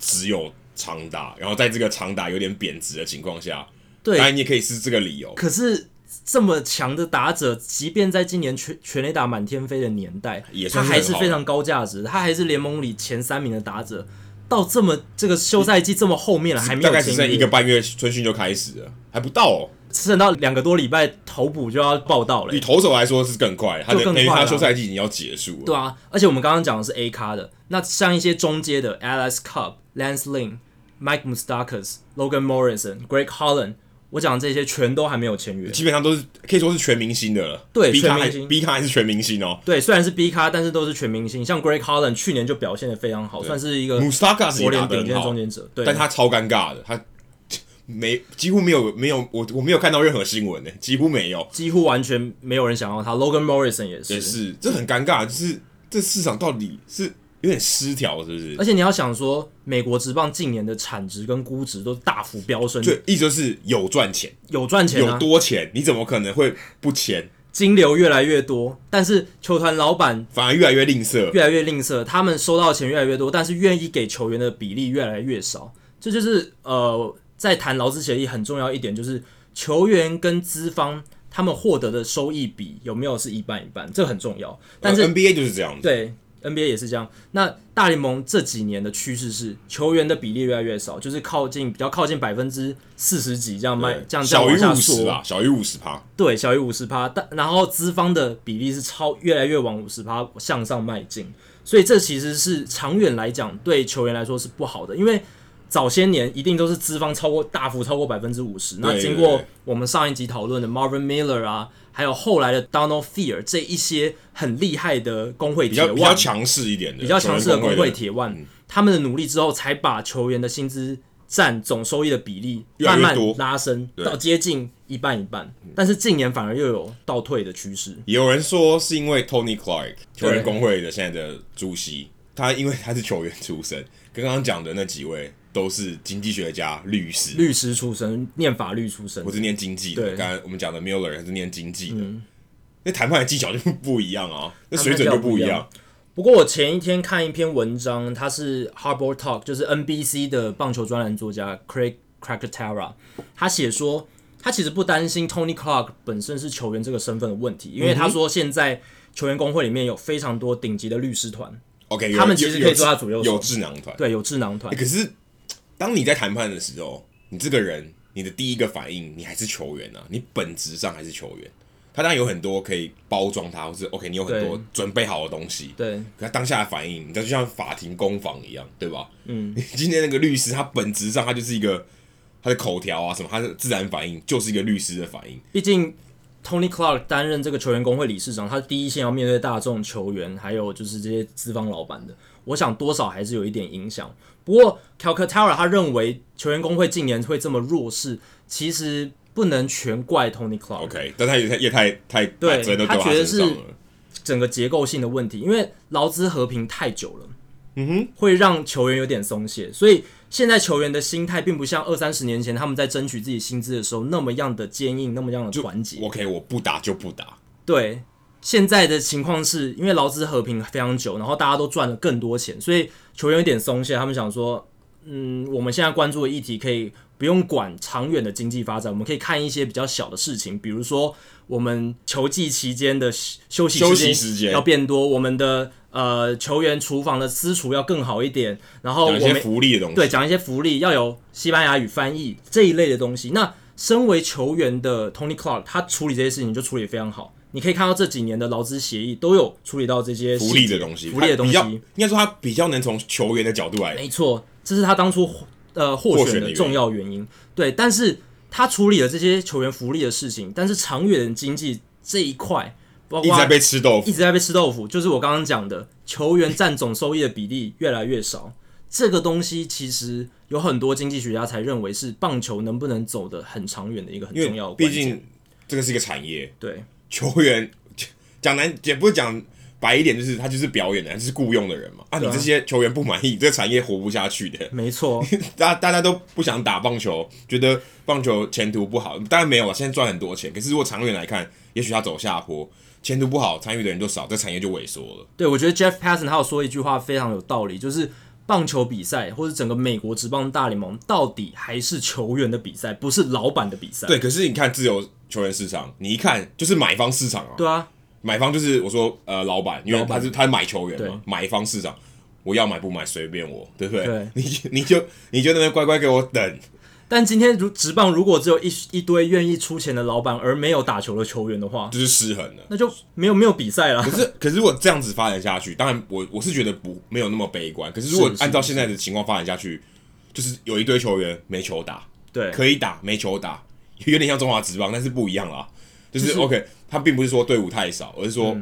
[SPEAKER 1] 只有长打，然后在这个长打有点贬值的情况下，当
[SPEAKER 2] 对，
[SPEAKER 1] 然你也可以是这个理由。
[SPEAKER 2] 可是这么强的打者，即便在今年全全垒打满天飞的年代，
[SPEAKER 1] 也
[SPEAKER 2] 他
[SPEAKER 1] 算是
[SPEAKER 2] 还
[SPEAKER 1] 很
[SPEAKER 2] 是
[SPEAKER 1] 好啊
[SPEAKER 2] 非常高价值，他还是联盟里前三名的打者。到这么这个休赛季这么后面了，还没有
[SPEAKER 1] 大概只
[SPEAKER 2] 签
[SPEAKER 1] 剩
[SPEAKER 2] 约
[SPEAKER 1] 一个半月，春训就开始了，还不到哦。
[SPEAKER 2] 剩到两个多礼拜投捕就要报道了
[SPEAKER 1] 以。投手来说是更快，他
[SPEAKER 2] 就更
[SPEAKER 1] 等等于
[SPEAKER 2] 快
[SPEAKER 1] 他
[SPEAKER 2] 了
[SPEAKER 1] 休赛季已经要结束了。
[SPEAKER 2] 对啊，而且我们刚刚讲的是 A 咖的，那像一些中阶的 Alex Cobb、Lance Lynn、Mike Mustakas、Logan Morrison、Greg Holland，我讲的这些全都还没有签约。
[SPEAKER 1] 基本上都是可以说是全明星的了。
[SPEAKER 2] 对
[SPEAKER 1] ，B
[SPEAKER 2] 全
[SPEAKER 1] 咖
[SPEAKER 2] 明
[SPEAKER 1] 还
[SPEAKER 2] 星
[SPEAKER 1] B 咖还是全明星哦。
[SPEAKER 2] 对，虽然是 B 咖，但是都是全明星。像 Greg Holland 去年就表现的非常好，算是一个
[SPEAKER 1] Mustakas
[SPEAKER 2] 国
[SPEAKER 1] 也打得
[SPEAKER 2] 联顶
[SPEAKER 1] 很
[SPEAKER 2] 尖
[SPEAKER 1] 好
[SPEAKER 2] 中，间者。对，
[SPEAKER 1] 但他超尴尬的，他 没几乎没有没有我我没有看到任何新闻呢、几乎没有。
[SPEAKER 2] 几乎完全没有人想要他。Logan Morrison 也是，
[SPEAKER 1] 也是，这很尴尬，就是这市场到底是有点失调，是不是
[SPEAKER 2] 而？且你要想说，美国职棒近年的产值跟估值都大幅飙升，
[SPEAKER 1] 对，意思就是有赚钱，
[SPEAKER 2] 有赚钱、啊，
[SPEAKER 1] 有多钱，你怎么可能会不钱？
[SPEAKER 2] 金流越来越多，但是球团老板
[SPEAKER 1] 反而越来越吝啬。
[SPEAKER 2] 越来越吝啬，他们收到的钱越来越多，但是愿意给球员的比例越来越少。这就是呃，在谈劳资协议很重要一点，就是球员跟资方他们获得的收益比有没有是一半一半，这很重要。但是、
[SPEAKER 1] 呃 NBA 就是这样子，
[SPEAKER 2] 对 NBA 也是这样。那大联盟这几年的趋势是球员的比例越来越少，就是靠近比较靠近百分之四十几这样卖
[SPEAKER 1] 对，，
[SPEAKER 2] 这样这样
[SPEAKER 1] 小于
[SPEAKER 2] 往下
[SPEAKER 1] 五十
[SPEAKER 2] 缩
[SPEAKER 1] 吧，小于五十趴。
[SPEAKER 2] 对，小于五十趴，但然后资方的比例是超越来越往五十趴向上迈进，所以这其实是长远来讲对球员来说是不好的，因为早些年一定都是资方超过大幅超过百分之五十，那
[SPEAKER 1] 对
[SPEAKER 2] 经
[SPEAKER 1] 对
[SPEAKER 2] 过
[SPEAKER 1] 对
[SPEAKER 2] 我们上一集讨论的 Marvin Miller 啊，还有后来的 Donald Fear 这一些很厉害的工会
[SPEAKER 1] 比
[SPEAKER 2] 铁
[SPEAKER 1] 较比较
[SPEAKER 2] 腕，
[SPEAKER 1] 强势一点的，
[SPEAKER 2] 比较强势的
[SPEAKER 1] 工
[SPEAKER 2] 工
[SPEAKER 1] 会
[SPEAKER 2] 会
[SPEAKER 1] 的
[SPEAKER 2] 铁腕，他们的努力之后，才把球员的薪资占总收益的比例
[SPEAKER 1] 越来
[SPEAKER 2] 慢
[SPEAKER 1] 越
[SPEAKER 2] 慢
[SPEAKER 1] 多
[SPEAKER 2] 拉升
[SPEAKER 1] 对嗯
[SPEAKER 2] 到接近一半一半，但是近年反而又有倒退的趋势。
[SPEAKER 1] 也有人说是因为 Tony Clark 球员工会的现在的主席，他因为他是球员出身，跟刚刚讲的那几位都是经济学家、律师，
[SPEAKER 2] 律师出身，念法律出身
[SPEAKER 1] 我，是念经济的。
[SPEAKER 2] 对嗯
[SPEAKER 1] 刚才我们讲的 Miller 还是念经济的，那谈判的技巧就不一样啊，那水准就不一
[SPEAKER 2] 谈判技巧
[SPEAKER 1] 样。
[SPEAKER 2] 不过我前一天看一篇文章，他是 Harbor Talk，就是 NBC 的棒球专栏作家 Craig Krakatara，他写说，他其实不担心 Tony Clark 本身是球员这个身份的问题，因为
[SPEAKER 1] 嗯
[SPEAKER 2] 他说现在球员工会里面有非常多顶级的律师团，
[SPEAKER 1] OK，有
[SPEAKER 2] 他们其实
[SPEAKER 1] 有
[SPEAKER 2] 可以做他左右手
[SPEAKER 1] 有智囊团。
[SPEAKER 2] 对，有智囊团
[SPEAKER 1] 欸，可是当你在谈判的时候，你这个人，你的第一个反应，你还是球员啊，你本质上还是球员。他当然有很多可以包装他，或是 OK，你有很多
[SPEAKER 2] 对
[SPEAKER 1] 准备好的东西。
[SPEAKER 2] 对
[SPEAKER 1] 可他当下的反应，你知道，就像法庭攻防一样，对吧？嗯，今天那个律师，他本质上他就是一个他的口条啊，什么，他的自然反应就是一个律师的反应。
[SPEAKER 2] 毕竟 Tony Clark 担任这个球员工会理事长，他第一线要面对大众球员，还有就是这些资方老板的，我想多少还是有一点影响。不过 Calcaterra 他认为球员工会近年会这么弱势，其实不能全怪 Tony Clark。
[SPEAKER 1] OK，但他也太也太太把
[SPEAKER 2] 对
[SPEAKER 1] 责任都
[SPEAKER 2] 他
[SPEAKER 1] 丢到
[SPEAKER 2] 觉得
[SPEAKER 1] 身上
[SPEAKER 2] 是
[SPEAKER 1] 了。
[SPEAKER 2] 整个结构性的问题，因为劳资和平太久了，嗯哼，会让球员有点松懈，所以现在球员的心态并不像二三十年前他们在争取自己薪资的时候那么样的坚硬，那么样的团结。
[SPEAKER 1] OK，我不打就不打。
[SPEAKER 2] 对，现在的情况是因为劳资和平非常久，然后大家都赚了更多钱，所以球员有点松懈，他们想说，嗯，我们现在关注的议题可以不用管长远的经济发展，我们可以看一些比较小的事情，比如说我们球季期间的休休息
[SPEAKER 1] 休息
[SPEAKER 2] 间
[SPEAKER 1] 时间
[SPEAKER 2] 要变多，我们的呃球员厨房的私厨要更好一点，然哦后我
[SPEAKER 1] 讲一些
[SPEAKER 2] 们
[SPEAKER 1] 福利的东西，
[SPEAKER 2] 对，讲一些福利，要有西班牙语翻译这一类的东西。那身为球员的 Tony Clark，他处理这些事情就处理得非常好。你可以看到这几年的劳资协议都有处理到这些
[SPEAKER 1] 福利
[SPEAKER 2] 细节
[SPEAKER 1] 的东西，
[SPEAKER 2] 福利的东
[SPEAKER 1] 他比较
[SPEAKER 2] 西。
[SPEAKER 1] 应该说他比较能从球员的角度来，
[SPEAKER 2] 没错，这是他当初呃获
[SPEAKER 1] 获
[SPEAKER 2] 选
[SPEAKER 1] 选
[SPEAKER 2] 的
[SPEAKER 1] 的
[SPEAKER 2] 重要原因。对，但是他处理了这些球员福利的事情，但是长远经济这一块，包
[SPEAKER 1] 一直
[SPEAKER 2] 括
[SPEAKER 1] 在被吃豆
[SPEAKER 2] 一
[SPEAKER 1] 腐。
[SPEAKER 2] 直在被吃豆腐，就是我刚刚讲的，球员占总收益的比例越来越少。这个东西其实有很多经济学家才认为是棒球能不能走得很长远的一个很重
[SPEAKER 1] 因
[SPEAKER 2] 要
[SPEAKER 1] 为
[SPEAKER 2] 的
[SPEAKER 1] 毕
[SPEAKER 2] 关键。
[SPEAKER 1] 竟这个是一个产业，
[SPEAKER 2] 对
[SPEAKER 1] 球员 讲难也不是讲白一点，就是他就是表演的，他就是雇佣的人嘛。啊，你
[SPEAKER 2] 对啊
[SPEAKER 1] 这些球员不满意， 这个产业活不下去的。
[SPEAKER 2] 没错，
[SPEAKER 1] 大大家都不想打棒球，觉得棒球前途不好。当然没有啊，现在赚很多钱，可是如果长远来看，也许他走下坡，前途不好，参与的人就少，这产业就萎缩了。
[SPEAKER 2] 对我觉得 Jeff Passan 他有说一句话非常有道理，就是棒球比赛或者整个美国职棒大联盟到底还是球员的比赛，不是老板的比赛。
[SPEAKER 1] 对，可是你看自由球员市场，你一看就是买方市场啊。
[SPEAKER 2] 对啊，
[SPEAKER 1] 买方就是我说呃老板，因为他是他买球员
[SPEAKER 2] 对
[SPEAKER 1] 嘛，买方市场，我要买不买随便我，对不对？
[SPEAKER 2] 对
[SPEAKER 1] 你你就你就在那边乖乖给我等，
[SPEAKER 2] 但今天如职棒如果只有一一堆愿意出钱的老板，而没有打球的球员的话，
[SPEAKER 1] 就是失衡了。
[SPEAKER 2] 那就没有没有比赛了。
[SPEAKER 1] 可是可是如果这样子发展下去，当然我我是觉得不没有那么悲观。可是如果
[SPEAKER 2] 是是
[SPEAKER 1] 按照现在的情况发展下去，就是有一堆球员没球打，
[SPEAKER 2] 对，
[SPEAKER 1] 可以打没球打， 有点像中华职棒，但是不一样啦。就是、
[SPEAKER 2] 就是嗯
[SPEAKER 1] OK，他并不是说队伍太少，而是说，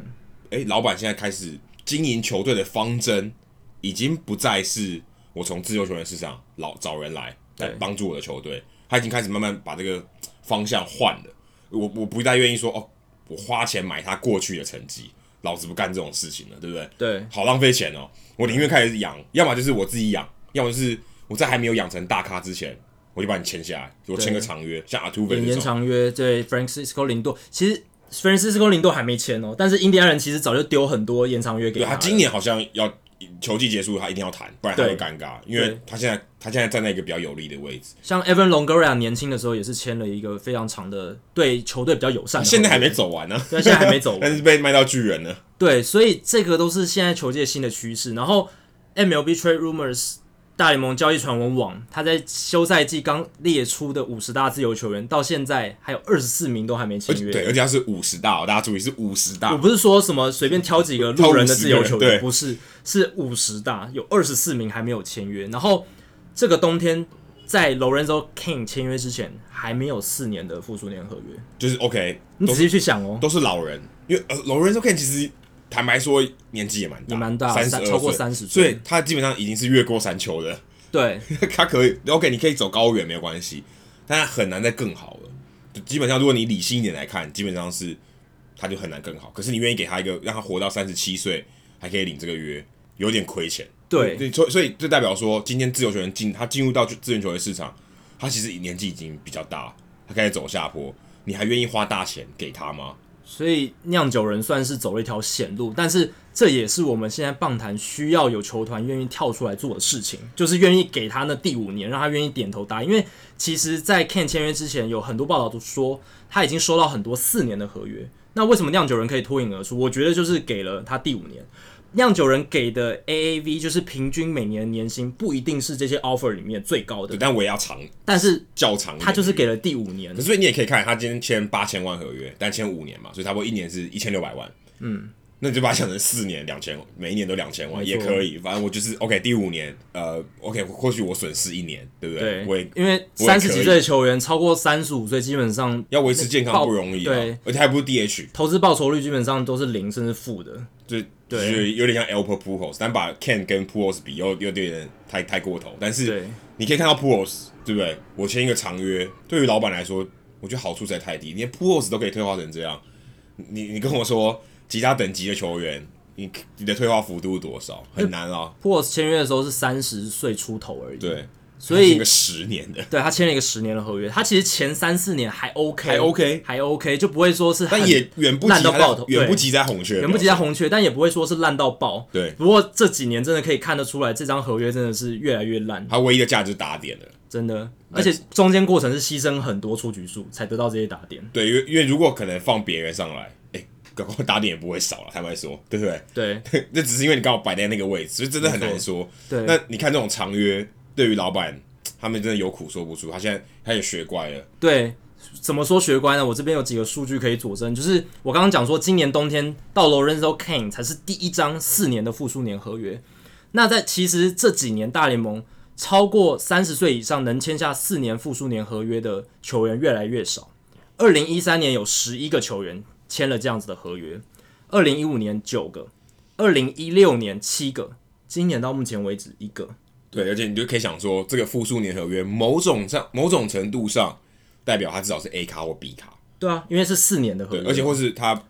[SPEAKER 1] 哎、老板现在开始经营球队的方针，已经不再是我从自由球员市场老找人来来
[SPEAKER 2] 对
[SPEAKER 1] 帮助我的球队，他已经开始慢慢把这个方向换了。我我不再愿意说哦，我花钱买他过去的成绩，老子不干这种事情了，对不对？
[SPEAKER 2] 对，
[SPEAKER 1] 好浪费钱哦！我宁愿开始养，要么就是我自己养，要么就是我在还没有养成大咖之前，我就把你签下来，我签个长约，像阿图
[SPEAKER 2] 延
[SPEAKER 1] 菲这
[SPEAKER 2] 延
[SPEAKER 1] 种。
[SPEAKER 2] 长约，对 Francisco 林多，其实 Francisco 林多还没签哦，但是印第安人其实早就丢很多延长约给
[SPEAKER 1] 对
[SPEAKER 2] 他
[SPEAKER 1] 他
[SPEAKER 2] 了。
[SPEAKER 1] 今年好像要球季结束，他一定要谈，不然他
[SPEAKER 2] 对
[SPEAKER 1] 会尴尬，因为
[SPEAKER 2] 对
[SPEAKER 1] 他现在他现在站在一个比较有利的位置，
[SPEAKER 2] 像 Evan Longoria 年轻的时候也是签了一个非常长的，对球队比较友善的合约。
[SPEAKER 1] 现在还没走完呢、
[SPEAKER 2] 对现在还没走 完
[SPEAKER 1] 但是被卖到巨人了。
[SPEAKER 2] 对，所以这个都是现在球界新的趋势。然后 MLB Trade Rumors 大联盟交易传闻网，他在休赛季刚列出的五十大自由球员，到现在还有二十四名都还没
[SPEAKER 1] 而
[SPEAKER 2] 签
[SPEAKER 1] 且
[SPEAKER 2] 约。
[SPEAKER 1] 哦对，而且他是五十大、哦，大家注意是五十大
[SPEAKER 2] 我，不是说什么随便挑几个路人的自由球
[SPEAKER 1] 啊挑50个
[SPEAKER 2] 员，
[SPEAKER 1] 人对
[SPEAKER 2] 不是，是五十大有二十四名还没有签约。然后这个冬天在 Lorenzo King 签约之前，还没有四年的复数年合约。
[SPEAKER 1] 就是 OK，
[SPEAKER 2] 你
[SPEAKER 1] 都
[SPEAKER 2] 仔细去想哦，
[SPEAKER 1] 都是老人，因为呃，老人 Ken 其实坦白说年纪也蛮大，
[SPEAKER 2] 也蛮大
[SPEAKER 1] 三十
[SPEAKER 2] 三
[SPEAKER 1] 二
[SPEAKER 2] 超过
[SPEAKER 1] 岁
[SPEAKER 2] 30岁
[SPEAKER 1] 所以他基本上已经是越过山丘了。
[SPEAKER 2] 对，
[SPEAKER 1] 他可以 OK，你可以走高远没有关系，但他很难再更好了。就基本上，如果你理性一点来看，基本上是他就很难更好。可是你愿意给他一个让他活到三十七岁还可以领这个约，有点亏钱。
[SPEAKER 2] 对
[SPEAKER 1] 对，所以所以这代表说，今天自由球员进他进入到自由球员市场，他其实年纪已经比较大，他开始走下坡，你还愿意花大钱给他吗？
[SPEAKER 2] 所以酿酒人算是走了一条险路，但是这也是我们现在棒坛需要有球团愿意跳出来做的事情，就是愿意给他那第五年，让他愿意点头答应。因为其实，在 Ken 签约之前，有很多报道都说他已经收到很多四年的合约。那为什么酿酒人可以脱颖而出？我觉得就是给了他第五年。酿酒人给的 AAV 就是平均每年的年薪，不一定是这些 offer 里面最高
[SPEAKER 1] 对，
[SPEAKER 2] 的，
[SPEAKER 1] 但我也要长
[SPEAKER 2] 但是
[SPEAKER 1] 较长一点，
[SPEAKER 2] 他就是给了第五年
[SPEAKER 1] 可。是你也可以看，他今天签八千万合约，但签五年嘛，所以差不多一年是一千六百万。嗯，那你就把它想成四年两千，每一年都两千万
[SPEAKER 2] 没错
[SPEAKER 1] 也可以。反正我就是 OK，第五年，呃，OK，或许我损失一年，对不
[SPEAKER 2] 对，
[SPEAKER 1] 我也
[SPEAKER 2] 因
[SPEAKER 1] 我
[SPEAKER 2] 为
[SPEAKER 1] 也可以
[SPEAKER 2] 三十几岁的球员超过三十五岁，基本上
[SPEAKER 1] 要维持健康不容易、啊，
[SPEAKER 2] 那对，
[SPEAKER 1] 而且还不是 DH，
[SPEAKER 2] 投资报酬率基本上都是零甚至负的。
[SPEAKER 1] 就
[SPEAKER 2] 对
[SPEAKER 1] 就是有点像 Alper Pujols，但把 Ken 跟 Pujols 比又又有点太太过头。但是
[SPEAKER 2] 对，
[SPEAKER 1] 你可以看到 Pujols，对不对？我签一个长约，对于老板来说，我觉得好处实在太低，连 Pujols 都可以退化成这样。你你跟我说其他等级的球员，你你的退化幅度多少？很难啊，
[SPEAKER 2] p o r s 签约的时候是三十岁出头而已，，
[SPEAKER 1] 对，
[SPEAKER 2] 所
[SPEAKER 1] 他是一
[SPEAKER 2] 以
[SPEAKER 1] 个十年的，
[SPEAKER 2] 对他签了一个十年的合约，他其实前三四年还 OK，
[SPEAKER 1] 还 OK
[SPEAKER 2] 还 OK，就不会说是很
[SPEAKER 1] 但也远不及
[SPEAKER 2] 烂到
[SPEAKER 1] 他在
[SPEAKER 2] 爆头
[SPEAKER 1] 远不
[SPEAKER 2] 对
[SPEAKER 1] 及在红雀，
[SPEAKER 2] 远不及他红雀，但也不会说是烂到爆。
[SPEAKER 1] 对
[SPEAKER 2] 不过这几年真的可以看得出来，这张合约真的是越来越烂，
[SPEAKER 1] 他唯一的价值打点了。
[SPEAKER 2] 真的，而且中间过程是牺牲很多出局数才得到这些打点。
[SPEAKER 1] 对，因为因为如果可能放别人上来，哎、搞不好打点也不会少了，坦白说，对不对？
[SPEAKER 2] 对
[SPEAKER 1] 那只是因为你刚好摆在那个位置，所以真的很难说。
[SPEAKER 2] 对，
[SPEAKER 1] 那你看这种长约，对于老板，他们真的有苦说不出。他现在他也学乖了，
[SPEAKER 2] 对，怎么说学乖呢？我这边有几个数据可以佐证，就是我刚刚讲说，今年冬天到 Lorenzo Kane 才是第一张四年的复数年合约。那在其实这几年大联盟超过三十岁以上能签下四年复数年合约的球员越来越少。二零一三年有十一个球员签了这样子的合约，二零一五年九个，二零一六年七个，今年到目前为止一个。
[SPEAKER 1] 对，而且你就可以想说，这个复数年合约，某种上某种程度上代表他至少是 A 卡或 B 卡，
[SPEAKER 2] 对啊，因为是四年的合
[SPEAKER 1] 对，
[SPEAKER 2] 约，
[SPEAKER 1] 而且或是他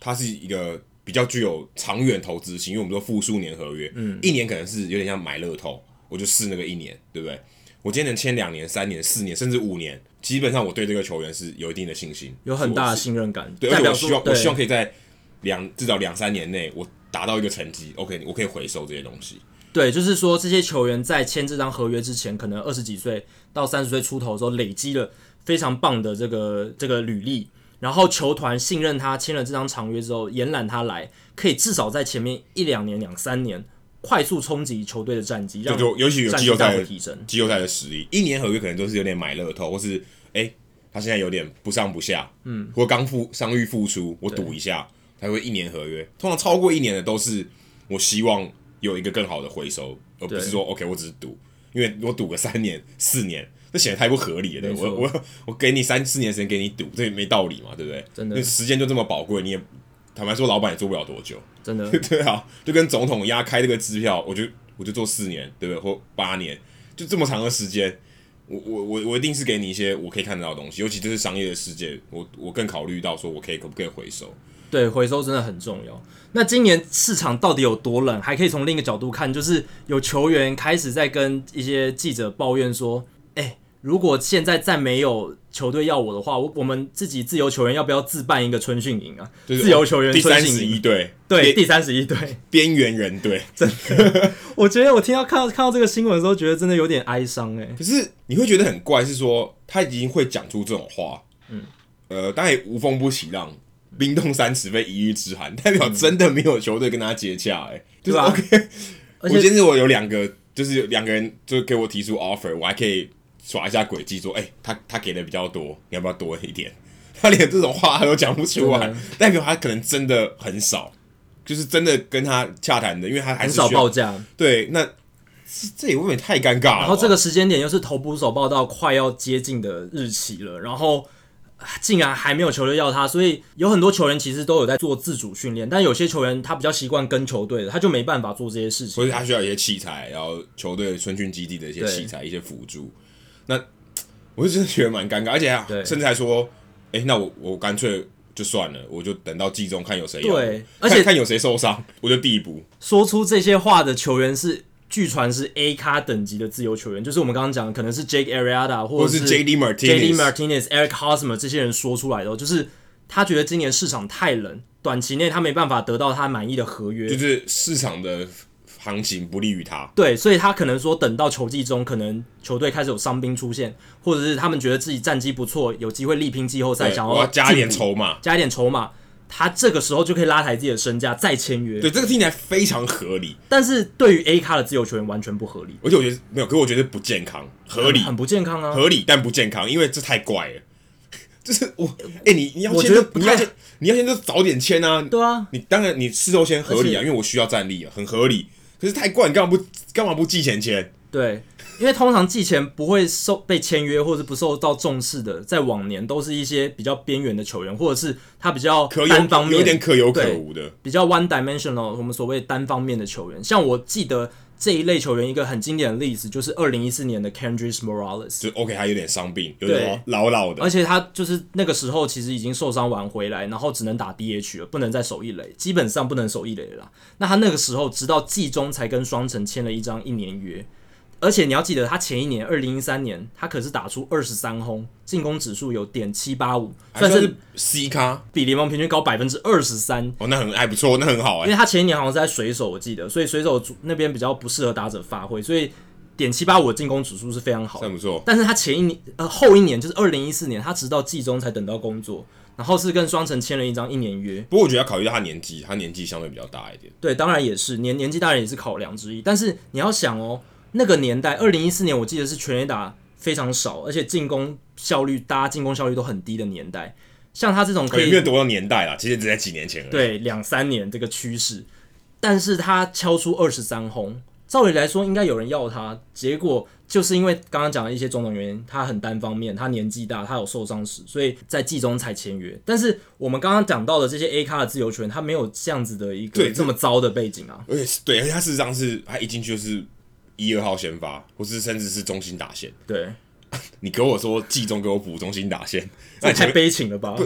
[SPEAKER 1] 他是一个比较具有长远投资性，因为我们说复数年合约，嗯，一年可能是有点像买乐透，我就试那个一年，对不对？我今天能签两年、三年、四年，甚至五年，基本上我对这个球员是有一定的信心，
[SPEAKER 2] 有很
[SPEAKER 1] 是我
[SPEAKER 2] 大的
[SPEAKER 1] 是
[SPEAKER 2] 信任感，
[SPEAKER 1] 对，而
[SPEAKER 2] 代
[SPEAKER 1] 且
[SPEAKER 2] 表
[SPEAKER 1] 我希望
[SPEAKER 2] 说
[SPEAKER 1] 我希望
[SPEAKER 2] 对
[SPEAKER 1] 可以在两至少两三年内，我达到一个成绩，OK，我可以回收这些东西。
[SPEAKER 2] 对，就是说这些球员在签这张合约之前，可能二十几岁到三十岁出头的时候，累积了非常棒的这个这个履历，然后球团信任他签了这张长约之后，延揽他来，可以至少在前面一两年、两三年快速冲击球队的战绩，
[SPEAKER 1] 就
[SPEAKER 2] 让
[SPEAKER 1] 就尤其有
[SPEAKER 2] 战
[SPEAKER 1] 季
[SPEAKER 2] 绩
[SPEAKER 1] 后
[SPEAKER 2] 大
[SPEAKER 1] 赛
[SPEAKER 2] 幅
[SPEAKER 1] 的
[SPEAKER 2] 提升。
[SPEAKER 1] 季后赛的实力，一年合约可能都是有点买乐透，或是哎、诶他现在有点不上不下，嗯，或刚复伤愈复出，我赌一下，他会一年合约。通常超过一年的都是我希望有一个更好的回收，而不
[SPEAKER 2] 对
[SPEAKER 1] 是说 OK 我只是赌，因为我赌个三年四年，这显得太不合理了。对
[SPEAKER 2] 没
[SPEAKER 1] 不对
[SPEAKER 2] 错
[SPEAKER 1] 我我我给你三四年时间给你赌，这也没道理嘛，对不对？
[SPEAKER 2] 真的
[SPEAKER 1] 那时间就这么宝贵，你也坦白说，老板也做不了多久。
[SPEAKER 2] 真的，
[SPEAKER 1] 对啊，就跟总统压开这个支票，我就我就做四年，对不对？或八年，就这么长的时间，我我我我一定是给你一些我可以看得到的东西，尤其这是商业的世界，我我更考虑到说我可以可不可以回收。
[SPEAKER 2] 对，回收真的很重要。那今年市场到底有多冷，还可以从另一个角度看，就是有球员开始在跟一些记者抱怨说：“哎、如果现在再没有球队要我的话，我我们自己自由球员要不要自办一个春训营啊？
[SPEAKER 1] 就是
[SPEAKER 2] 自由球员
[SPEAKER 1] 第
[SPEAKER 2] 春
[SPEAKER 1] 三
[SPEAKER 2] 训
[SPEAKER 1] 十一
[SPEAKER 2] 营，
[SPEAKER 1] 队，
[SPEAKER 2] 对，
[SPEAKER 1] 边
[SPEAKER 2] 第三十一队。
[SPEAKER 1] 边缘人队，
[SPEAKER 2] 我觉得我听到看到看到这个新闻的时候，觉得真的有点哀伤哎、
[SPEAKER 1] 可是你会觉得很怪，是说他已经会讲出这种话，嗯，呃，当然也无风不起浪，冰冻三尺非一日之寒，代表真的没有球队跟他接洽、哎，就是
[SPEAKER 2] 嗯对啊
[SPEAKER 1] OK，我
[SPEAKER 2] 而且
[SPEAKER 1] 今天我有两个，就是有两个人就给我提出 offer，我还可以耍一下诡计，说，哎、他他给的比较多，你要不要多一点？ 他连这种话他都讲不出来
[SPEAKER 2] 真的，
[SPEAKER 1] 代表他可能真的很少，就是真的跟他洽谈的，因为他还
[SPEAKER 2] 很
[SPEAKER 1] 是
[SPEAKER 2] 少
[SPEAKER 1] 需要
[SPEAKER 2] 报价。
[SPEAKER 1] 对，那这这也未免太尴尬了吧。
[SPEAKER 2] 然后这个时间点又是投捕手报到快要接近的日期了，然后啊竟然还没有球队要他，所以有很多球员其实都有在做自主训练，但有些球员他比较习惯跟球队的，他就没办法做这些事
[SPEAKER 1] 所
[SPEAKER 2] 情。
[SPEAKER 1] 以他需要一些器材，然后球队春训基地的一些
[SPEAKER 2] 对
[SPEAKER 1] 器材、一些辅助。那我就真的觉得蛮尴尬，而且啊
[SPEAKER 2] 对
[SPEAKER 1] 甚至还说，哎、那我我干脆就算了，我就等到季中看有谁要我
[SPEAKER 2] 对
[SPEAKER 1] 看
[SPEAKER 2] 而且
[SPEAKER 1] 看有谁受伤，我就递补。
[SPEAKER 2] 说出这些话的球员是据传是 A 咖等级的自由球员，就是我们刚刚讲的，可能是 Jake Arrieta 或
[SPEAKER 1] 或
[SPEAKER 2] 者
[SPEAKER 1] 是 J.D.
[SPEAKER 2] J.D.
[SPEAKER 1] Martinez
[SPEAKER 2] Martinez、Eric Hosmer 这些人说出来的哦，就是他觉得今年市场太冷，短期内他没办法得到他满意的合约，
[SPEAKER 1] 就是市场的行情不利于他。
[SPEAKER 2] 对，所以他可能说等到球季中，可能球队开始有伤兵出现，或者是他们觉得自己战绩不错，有机会力拼季后赛，
[SPEAKER 1] 对，
[SPEAKER 2] 哎想
[SPEAKER 1] 我要加一点
[SPEAKER 2] 进
[SPEAKER 1] 筹码。
[SPEAKER 2] 加一点筹码，他这个时候就可以拉抬自己的身价再签约。
[SPEAKER 1] 对，这个听起来非常合理，
[SPEAKER 2] 但是对于 A 咖的自由球员完全不合理，
[SPEAKER 1] 而且我觉得没有，可是我觉得不健康，合理
[SPEAKER 2] 很不健康啊。
[SPEAKER 1] 合理但不健康，因为这太怪了。 就是我，哎、你你要
[SPEAKER 2] 呃我
[SPEAKER 1] 签
[SPEAKER 2] 觉得
[SPEAKER 1] 就
[SPEAKER 2] 不
[SPEAKER 1] 你要
[SPEAKER 2] 太
[SPEAKER 1] 签你要签就早点签啊！
[SPEAKER 2] 对啊，
[SPEAKER 1] 你当然你事后签合理啊，
[SPEAKER 2] 而
[SPEAKER 1] 因
[SPEAKER 2] 且
[SPEAKER 1] 为我需要战力啊，很合理。可是太怪，你干嘛不干嘛不寄钱签？
[SPEAKER 2] 对，因为通常季前不会受被签约或者不受到重视的，在往年都是一些比较边缘的球员，或者是他比较
[SPEAKER 1] 可
[SPEAKER 2] 单方
[SPEAKER 1] 有
[SPEAKER 2] 面
[SPEAKER 1] 有点可有可
[SPEAKER 2] 对
[SPEAKER 1] 无的，
[SPEAKER 2] 比较 one dimensional，我们所谓单方面的球员。像我记得这一类球员一个很经典的例子，就是二零一四年的 Kendrick Morales，
[SPEAKER 1] 就 OK，还有点伤病，有
[SPEAKER 2] 对
[SPEAKER 1] 点老老的
[SPEAKER 2] 而。且他就是那个时候其实已经受伤完回来，然后只能打 DH 了，不能再守一垒，基本上不能守一垒了啦。那他那个时候直到季中才跟双城签了一张一年约。而且你要记得，他前一年二零一三年，他可是打出二十三轰，进攻指数有点七八五，
[SPEAKER 1] 还
[SPEAKER 2] 算
[SPEAKER 1] 算
[SPEAKER 2] 是
[SPEAKER 1] 是 C 咖
[SPEAKER 2] 比联盟平均高百分之二十三，
[SPEAKER 1] 哦，那很还不错，那很好哎、
[SPEAKER 2] 因为他前一年好像是在水手，我记得，所以水手组那边比较不适合打者发挥，所以点七八五的进攻指数是非常好的
[SPEAKER 1] 算。不错。
[SPEAKER 2] 但是他前一年呃后一年就是二零一四年，他直到季中才等到工作，然后是跟双城签了一张一年约。
[SPEAKER 1] 不过我觉得要考虑到他年纪，他年纪相对比较大一点。
[SPEAKER 2] 对，当然也是年年纪当然也是考量之一。但是你要想哦，那个年代二零一四年，我记得是全垒打非常少，而且进攻效率大家进攻效率都很低的年代，像他这种
[SPEAKER 1] 可
[SPEAKER 2] 可以
[SPEAKER 1] 能没有多少年代啦，其实只在几年前而已。
[SPEAKER 2] 对两三年这个趋势，但是他敲出二十三轰，照理来说应该有人要他，结果就是因为刚刚讲的一些种种原因，他很单方面，他年纪大，他有受伤史，所以在季中才签约。但是我们刚刚讲到的这些 A 咖的自由球员，他没有这样子的一个
[SPEAKER 1] 对
[SPEAKER 2] 这么糟的背景啊，
[SPEAKER 1] 而且是对，而且他事实上是他一进去就是一二号先发，或是甚至是中心打线。
[SPEAKER 2] 对，
[SPEAKER 1] 你给我说季中给我补中心打线，那
[SPEAKER 2] 这
[SPEAKER 1] 你哎前
[SPEAKER 2] 太
[SPEAKER 1] 面
[SPEAKER 2] 悲情了吧？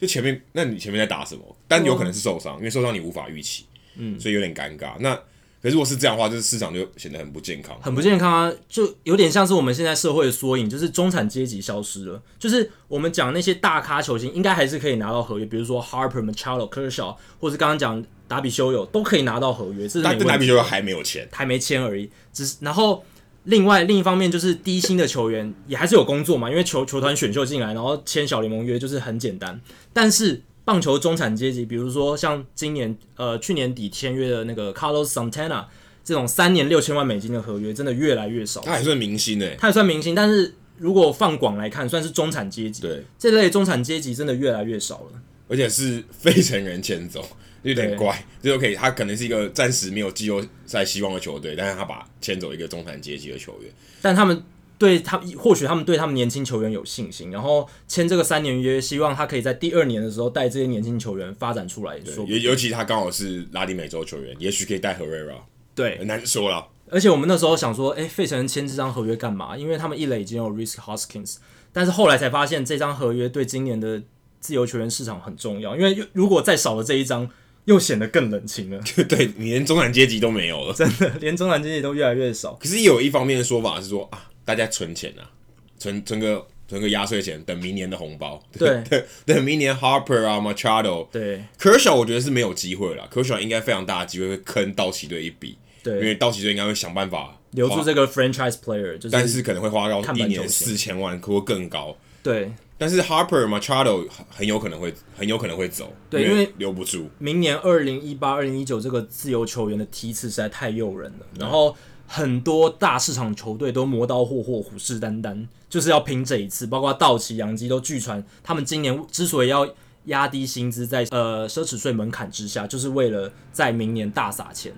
[SPEAKER 1] 就前面，那你前面在打什么？但有可能是受伤，因为受伤你无法预期，嗯，所以有点尴尬。那可是如果是这样的话，就是市场就显得很不健康。
[SPEAKER 2] 很不健康啊，就有点像是我们现在社会的缩影，就是中产阶级消失了。就是我们讲那些大咖球星，应该还是可以拿到合约，比如说 Harper、Machado、Kershaw，或是刚刚讲达比修友，都可以拿到合约，这是
[SPEAKER 1] 但
[SPEAKER 2] 没
[SPEAKER 1] 但打
[SPEAKER 2] 问
[SPEAKER 1] 比
[SPEAKER 2] 题。
[SPEAKER 1] 球还没有钱，
[SPEAKER 2] 还没签而已，只是然后另外另一方面就是低薪的球员也还是有工作嘛，因为球球团选秀进来，然后签小联盟约就是很简单。但是棒球中产阶级，比如说像今年呃去年底签约的那个 Carlos Santana 这种三年六千万美金的合约，真的越来越少。
[SPEAKER 1] 他还算明星哎、
[SPEAKER 2] 他也算明星，但是如果放广来看，算是中产阶级。
[SPEAKER 1] 对，
[SPEAKER 2] 这类中产阶级真的越来越少了。
[SPEAKER 1] 而且是非成人前走，有点
[SPEAKER 2] 对
[SPEAKER 1] 怪。就 OK，他可能是一个暂时没有季后赛希望的球队，但是他把牵走一个中产阶级的球员，
[SPEAKER 2] 但他们对他，或许他们对他们年轻球员有信心，然后签这个三年约，希望他可以在第二年的时候带这些年轻球员发展出来。说
[SPEAKER 1] 尤尤其他刚好是拉丁美洲球员，也许可以带 Herrera，
[SPEAKER 2] 对，
[SPEAKER 1] 很难说啦。
[SPEAKER 2] 而且我们那时候想说，哎，费城人签这张合约干嘛？因为他们一垒已经有 Risk Hoskins，但是后来才发现这张合约对今年的自由球员市场很重要，因为如果再少了这一张，又显得更冷清了，
[SPEAKER 1] 对你连中产阶级都没有了。
[SPEAKER 2] 连中产阶级都越来越少。
[SPEAKER 1] 可是也有一方面的说法是说啊，大家存钱啊，存存个存个压岁钱，等明年的红包。
[SPEAKER 2] 对
[SPEAKER 1] 等等明年 Harper 啊，Machado、
[SPEAKER 2] 对
[SPEAKER 1] Kershaw 我觉得是没有机会了，Kershaw 应该非常大的机会会坑道奇队一笔，因
[SPEAKER 2] 对，
[SPEAKER 1] 为道奇队应该会想办法
[SPEAKER 2] 留住
[SPEAKER 1] 花，
[SPEAKER 2] 这个 franchise player，就是
[SPEAKER 1] 但是可能会花到
[SPEAKER 2] 看
[SPEAKER 1] 一
[SPEAKER 2] 板球
[SPEAKER 1] 年
[SPEAKER 2] 鞋
[SPEAKER 1] 四千万或更高。
[SPEAKER 2] 对
[SPEAKER 1] 但是 Harper、Machado 很很有可能会很有可能会走，
[SPEAKER 2] 对
[SPEAKER 1] 因
[SPEAKER 2] 因
[SPEAKER 1] 为
[SPEAKER 2] 为
[SPEAKER 1] 留不住。
[SPEAKER 2] 明年二零一八、二零一九这个自由球员的梯次实在太诱人了，然后很多大市场球队都磨刀霍霍、虎视眈眈，就是要拼这一次。包括道奇、洋基都据传，他们今年之所以要压低薪资在呃奢侈税门槛之下，就是为了在明年大撒钱。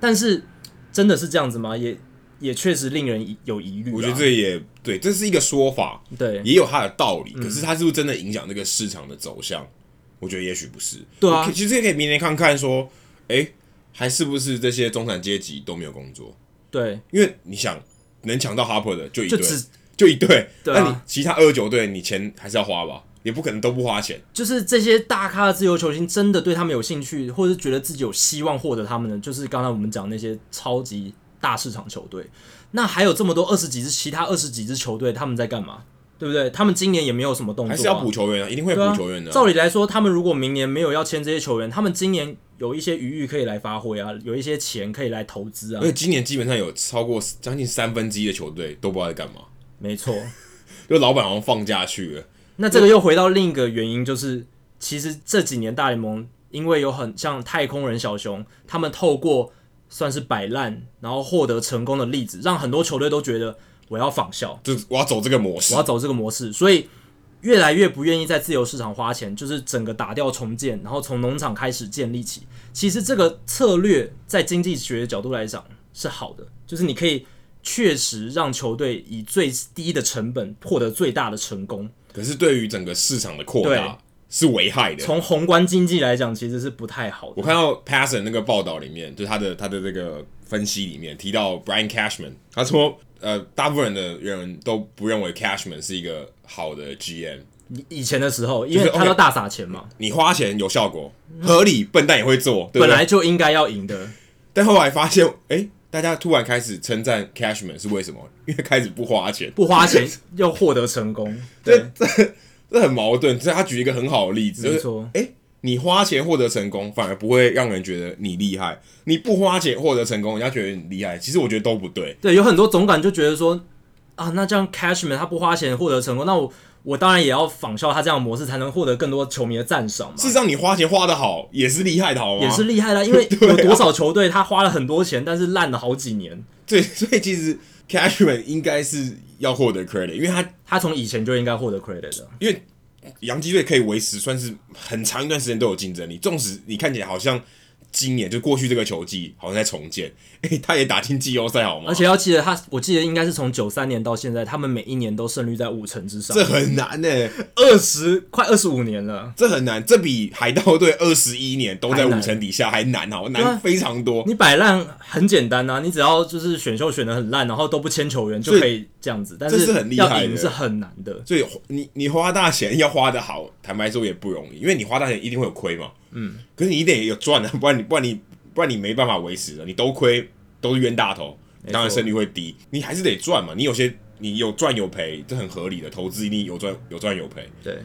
[SPEAKER 2] 但是真的是这样子吗？也也确实令人疑有疑虑啊。嗯
[SPEAKER 1] 我觉得这也对，这是一个说法，
[SPEAKER 2] 对
[SPEAKER 1] 也有它的道
[SPEAKER 2] 嗯
[SPEAKER 1] 理。可是它是不是真的影响这个市场的走向？我觉得也许不是。
[SPEAKER 2] 对啊
[SPEAKER 1] 我可以其实也可以明年看看说，哎、还是不是这些中产阶级都没有工作？
[SPEAKER 2] 对
[SPEAKER 1] 因为你想能抢到 Harper 的就一
[SPEAKER 2] 就
[SPEAKER 1] 队，
[SPEAKER 2] 只
[SPEAKER 1] 就一队。
[SPEAKER 2] 对啊
[SPEAKER 1] 那你其他二九队，你钱还是要花吧？也不可能都不花钱。
[SPEAKER 2] 就是这些大咖的自由球星真的对他们有兴趣，或者是觉得自己有希望获得他们的，就是刚才我们讲那些超级大市场球队。那还有这么多二十几支，其他二十几支球队他们在干嘛？对不对？他们今年也没有什么动作、啊，
[SPEAKER 1] 还是要补球员啊，一定会
[SPEAKER 2] 对啊
[SPEAKER 1] 补球员的啊、
[SPEAKER 2] 照理来说，他们如果明年没有要签这些球员，他们今年有一些余裕可以来发挥啊，有一些钱可以来投资啊
[SPEAKER 1] 而。且今年基本上有超过将近三分之一的球队都不知道在干嘛，
[SPEAKER 2] 没错，
[SPEAKER 1] 就老板好像放假去了。
[SPEAKER 2] 那这个又回到另一个原因，就是其实这几年大联盟因为有很像太空人小熊，他们透过算是摆烂，然后获得成功的例子，让很多球队都觉得我要仿效，
[SPEAKER 1] 就是我要走这个模式
[SPEAKER 2] 我要，走这个模式，所以越来越不愿意在自由市场花钱，就是整个打掉重建，然后从农场开始建立起。其实这个策略在经济学的角度来讲是好的，就是你可以确实让球队以最低的成本获得最大的成功。
[SPEAKER 1] 可是对于整个市场的扩
[SPEAKER 2] 对
[SPEAKER 1] 大是危害的。
[SPEAKER 2] 从宏观经济来讲，其实是不太好
[SPEAKER 1] 我
[SPEAKER 2] 的。
[SPEAKER 1] 看到 Passon 那个报道里面，就是他的他的这个分析里面提到 Brian Cashman，他说呃，大部分的人都不认为 Cashman 是一个好的 GM。
[SPEAKER 2] 以以前的时候，因
[SPEAKER 1] 是
[SPEAKER 2] 为他
[SPEAKER 1] OK
[SPEAKER 2] 都大撒钱嘛，
[SPEAKER 1] 你花钱有效果，合理，笨蛋也会做，对不
[SPEAKER 2] 嗯
[SPEAKER 1] 啊
[SPEAKER 2] 本来
[SPEAKER 1] 对？
[SPEAKER 2] 就应该要 赢的。
[SPEAKER 1] 但后来发现，哎、大家突然开始称赞 Cashman 是为什么？因为开始不花钱，
[SPEAKER 2] 不花钱又获得成功，
[SPEAKER 1] 这
[SPEAKER 2] 对，
[SPEAKER 1] 这这很矛盾。所以他举一个很好的例子，就
[SPEAKER 2] 没
[SPEAKER 1] 是
[SPEAKER 2] 错，
[SPEAKER 1] 哎、你花钱获得成功，反而不会让人觉得你厉害；你不花钱获得成功，人家觉得你厉害。其实我觉得都不对。
[SPEAKER 2] 对，有很多总管就觉得说啊，那这样 Cashman 他不花钱获得成功，那我我当然也要仿效他这样的模式，才能获得更多球迷的赞赏嘛
[SPEAKER 1] 事。实上，你花钱花的好也是厉害的，好吗？
[SPEAKER 2] 也是厉害啦，因为
[SPEAKER 1] 啊
[SPEAKER 2] 有多少球队他花了很多钱，但是烂了好几年。
[SPEAKER 1] 对， 所以其实 Cashman 应该是要获得 credit，因为他
[SPEAKER 2] 他从以前就应该获得 credit 的，
[SPEAKER 1] 因为洋基队可以维持算是很长一段时间都有竞争力，纵使你看起来好像今年就过去这个球季好像在重建，哎、他也打进季后赛好吗？
[SPEAKER 2] 而且要记得他，我记得应该是从九三年到现在，他们每一年都胜率在五成之上
[SPEAKER 1] 这，很难欸呢、
[SPEAKER 2] 二十快二十五年了。
[SPEAKER 1] 这很难，这比海盗队二十一年都在
[SPEAKER 2] 还难
[SPEAKER 1] 五成底下还难，好吗
[SPEAKER 2] 啊
[SPEAKER 1] 难非常多。
[SPEAKER 2] 你摆烂很简单啊，你只要就是选秀选的很烂，然后都不签球员就可以这样子，但
[SPEAKER 1] 这是很厉害
[SPEAKER 2] 要
[SPEAKER 1] 的
[SPEAKER 2] 赢是很难的。
[SPEAKER 1] 所以你你花大钱要花的好，坦白说也不容易，因为你花大钱一定会有亏嘛。嗯，可是你一定也有赚啊，不 然你不然你不然你没办法维持的，你都亏都是冤大头，当然胜率会低，你还是得赚嘛。你有些你有赚有赔，这很合理的，投资一定有赚有赚有赔，
[SPEAKER 2] 对，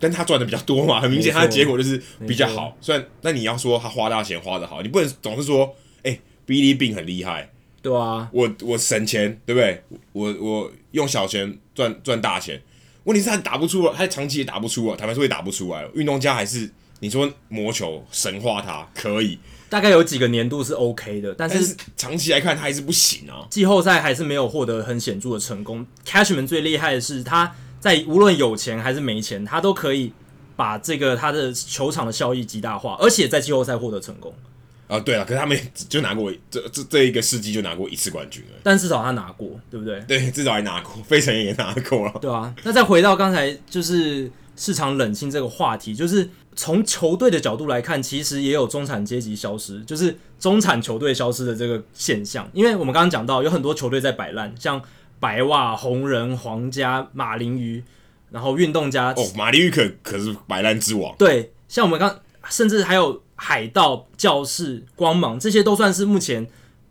[SPEAKER 1] 但他赚的比较多嘛，很明显
[SPEAKER 2] 没错
[SPEAKER 1] 他的结果就是比较
[SPEAKER 2] 没错
[SPEAKER 1] 好。虽然那你要说他花大钱花的好，你不能总是说，哎、b i l l y Bean 很厉害，
[SPEAKER 2] 对啊，
[SPEAKER 1] 我我省钱，对不对？我我用小钱赚赚大钱。问题是他打不出来，他长期也打不出来，坦白说也打不出来。运动家还是你说魔球神化他可以，
[SPEAKER 2] 大概有几个年度是 OK 的，但
[SPEAKER 1] 但
[SPEAKER 2] 是
[SPEAKER 1] 是长期来看他还是不行啊。
[SPEAKER 2] 季后赛还是没有获得很显著的成功。Cashman 最厉害的是他在无论有钱还是没钱，他都可以把这个他的球场的效益极大化，而且在季后赛获得成功。
[SPEAKER 1] 啊，对了，可是他们也只就拿过这这这一个世纪就拿过一次冠军了，
[SPEAKER 2] 但至少他拿过，对不对？
[SPEAKER 1] 对，至少还拿过，费城也拿过了。
[SPEAKER 2] 对啊，那再回到刚才就是市场冷清这个话题，就是从球队的角度来看，其实也有中产阶级消失，就是中产球队消失的这个现象。因为我们刚刚讲到，有很多球队在摆烂，像白袜、红人、皇家、马林鱼，然后运动家，
[SPEAKER 1] 哦，马里玉可可是摆烂之王，
[SPEAKER 2] 对，像我们刚甚至还有海盗、教室、光芒，这些都算是目前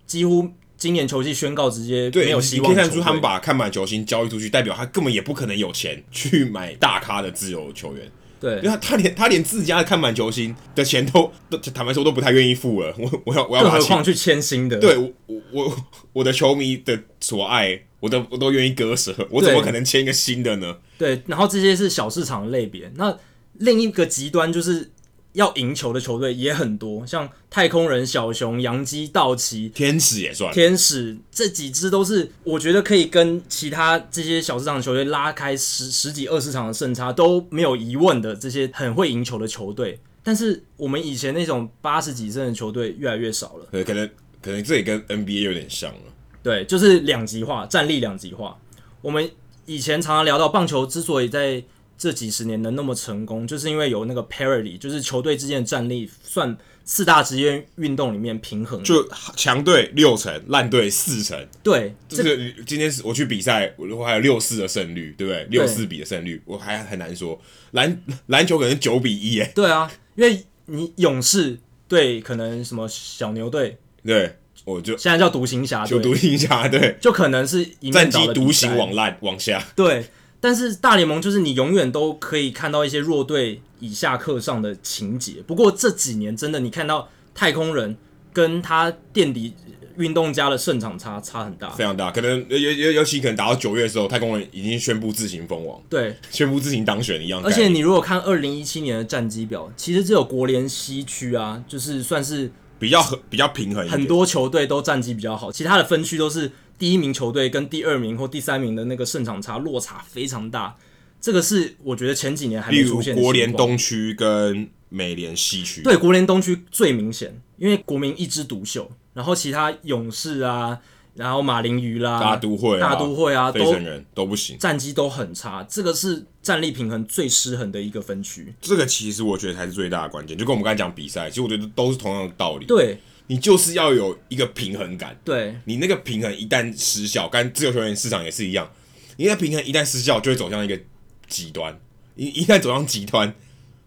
[SPEAKER 2] 几乎今年球季宣告直接
[SPEAKER 1] 对，
[SPEAKER 2] 没有希望
[SPEAKER 1] 你
[SPEAKER 2] 的球队。
[SPEAKER 1] 可以看出他们把看板球星交易出去，代表他根本也不可能有钱去买大咖的自由球员。
[SPEAKER 2] 对
[SPEAKER 1] 因为他他连他连自家的看板球星的钱都都坦白说都不太愿意付了，我我要我要
[SPEAKER 2] 更
[SPEAKER 1] 把
[SPEAKER 2] 何
[SPEAKER 1] 钱，
[SPEAKER 2] 况去签新的，
[SPEAKER 1] 对我我我我的球迷的所爱，我都我都愿意割舍，我怎么可能签一个新的呢？
[SPEAKER 2] 对，然后这些是小市场的类别。那另一个极端就是要赢球的球队也很多，像太空人、小熊、洋基、道奇、
[SPEAKER 1] 天使也算，
[SPEAKER 2] 天使这几支都是我觉得可以跟其他这些小市场球队拉开十十几二十场的胜差都没有疑问的这些很会赢球的球队。但是我们以前那种八十几胜的球队越来越少了，
[SPEAKER 1] 可可能可能这也跟 NBA 有点像了。
[SPEAKER 2] 对，就是两极化，战力两极化。我们以前常常聊到棒球之所以在这几十年能那么成功，就是因为有那个 parity，就是球队之间的战力算四大职业运动里面平衡的。
[SPEAKER 1] 就强队六成，烂队四成。
[SPEAKER 2] 对，
[SPEAKER 1] 这个今天是我去比赛，我我还有六四的胜率，对不对？六四比的胜率，我还很难说。篮篮球可能九比一，哎，
[SPEAKER 2] 对啊，因为你勇士队可能什么小牛队
[SPEAKER 1] 对，我 就
[SPEAKER 2] 现在叫独行侠
[SPEAKER 1] 就
[SPEAKER 2] 队，
[SPEAKER 1] 独行侠，对，
[SPEAKER 2] 就可能是一面
[SPEAKER 1] 战
[SPEAKER 2] 倒
[SPEAKER 1] 绩
[SPEAKER 2] 的比
[SPEAKER 1] 独行
[SPEAKER 2] 赛
[SPEAKER 1] 往烂往下，
[SPEAKER 2] 对，但是大联盟就是你永远都可以看到一些弱队以下克上的情节。不过这几年真的，你看到太空人跟他垫底运动家的胜场差差很大
[SPEAKER 1] 非。常大。可能尤尤尤其可能打到九月的时候，太空人已经宣布自行封王，
[SPEAKER 2] 对，
[SPEAKER 1] 宣布自行当选一样。
[SPEAKER 2] 而且你如果看二零一七年的战绩表，其实只有国联西区啊，就是算是
[SPEAKER 1] 比较和比较平衡一点，
[SPEAKER 2] 很多球队都战绩比较好，其他的分区都是第一名球队跟第二名或第三名的那个胜场差落差非常大。这个是我觉得前几年还
[SPEAKER 1] 例
[SPEAKER 2] 没
[SPEAKER 1] 如
[SPEAKER 2] 出现的
[SPEAKER 1] 国联
[SPEAKER 2] 情况
[SPEAKER 1] 东区跟美联西区，
[SPEAKER 2] 对，国联东区最明显，因为国民一枝独秀，然后其他勇士啊，然后马林鱼啦、
[SPEAKER 1] 大都会、啊、
[SPEAKER 2] 大都会啊，
[SPEAKER 1] 费
[SPEAKER 2] 都
[SPEAKER 1] 城人都不行。
[SPEAKER 2] 战绩都很差，这个是战力平衡最失衡的一个分区。
[SPEAKER 1] 这个其实我觉得才是最大的关键，就跟我们刚才讲比赛，其实我觉得都是同样的道理。
[SPEAKER 2] 对
[SPEAKER 1] 你就是要有一个平衡感，
[SPEAKER 2] 对
[SPEAKER 1] 你那个平衡一旦失效，跟自由球员市场也是一样，你的平衡一旦失效，就会走向一个极端，一一旦走向极端，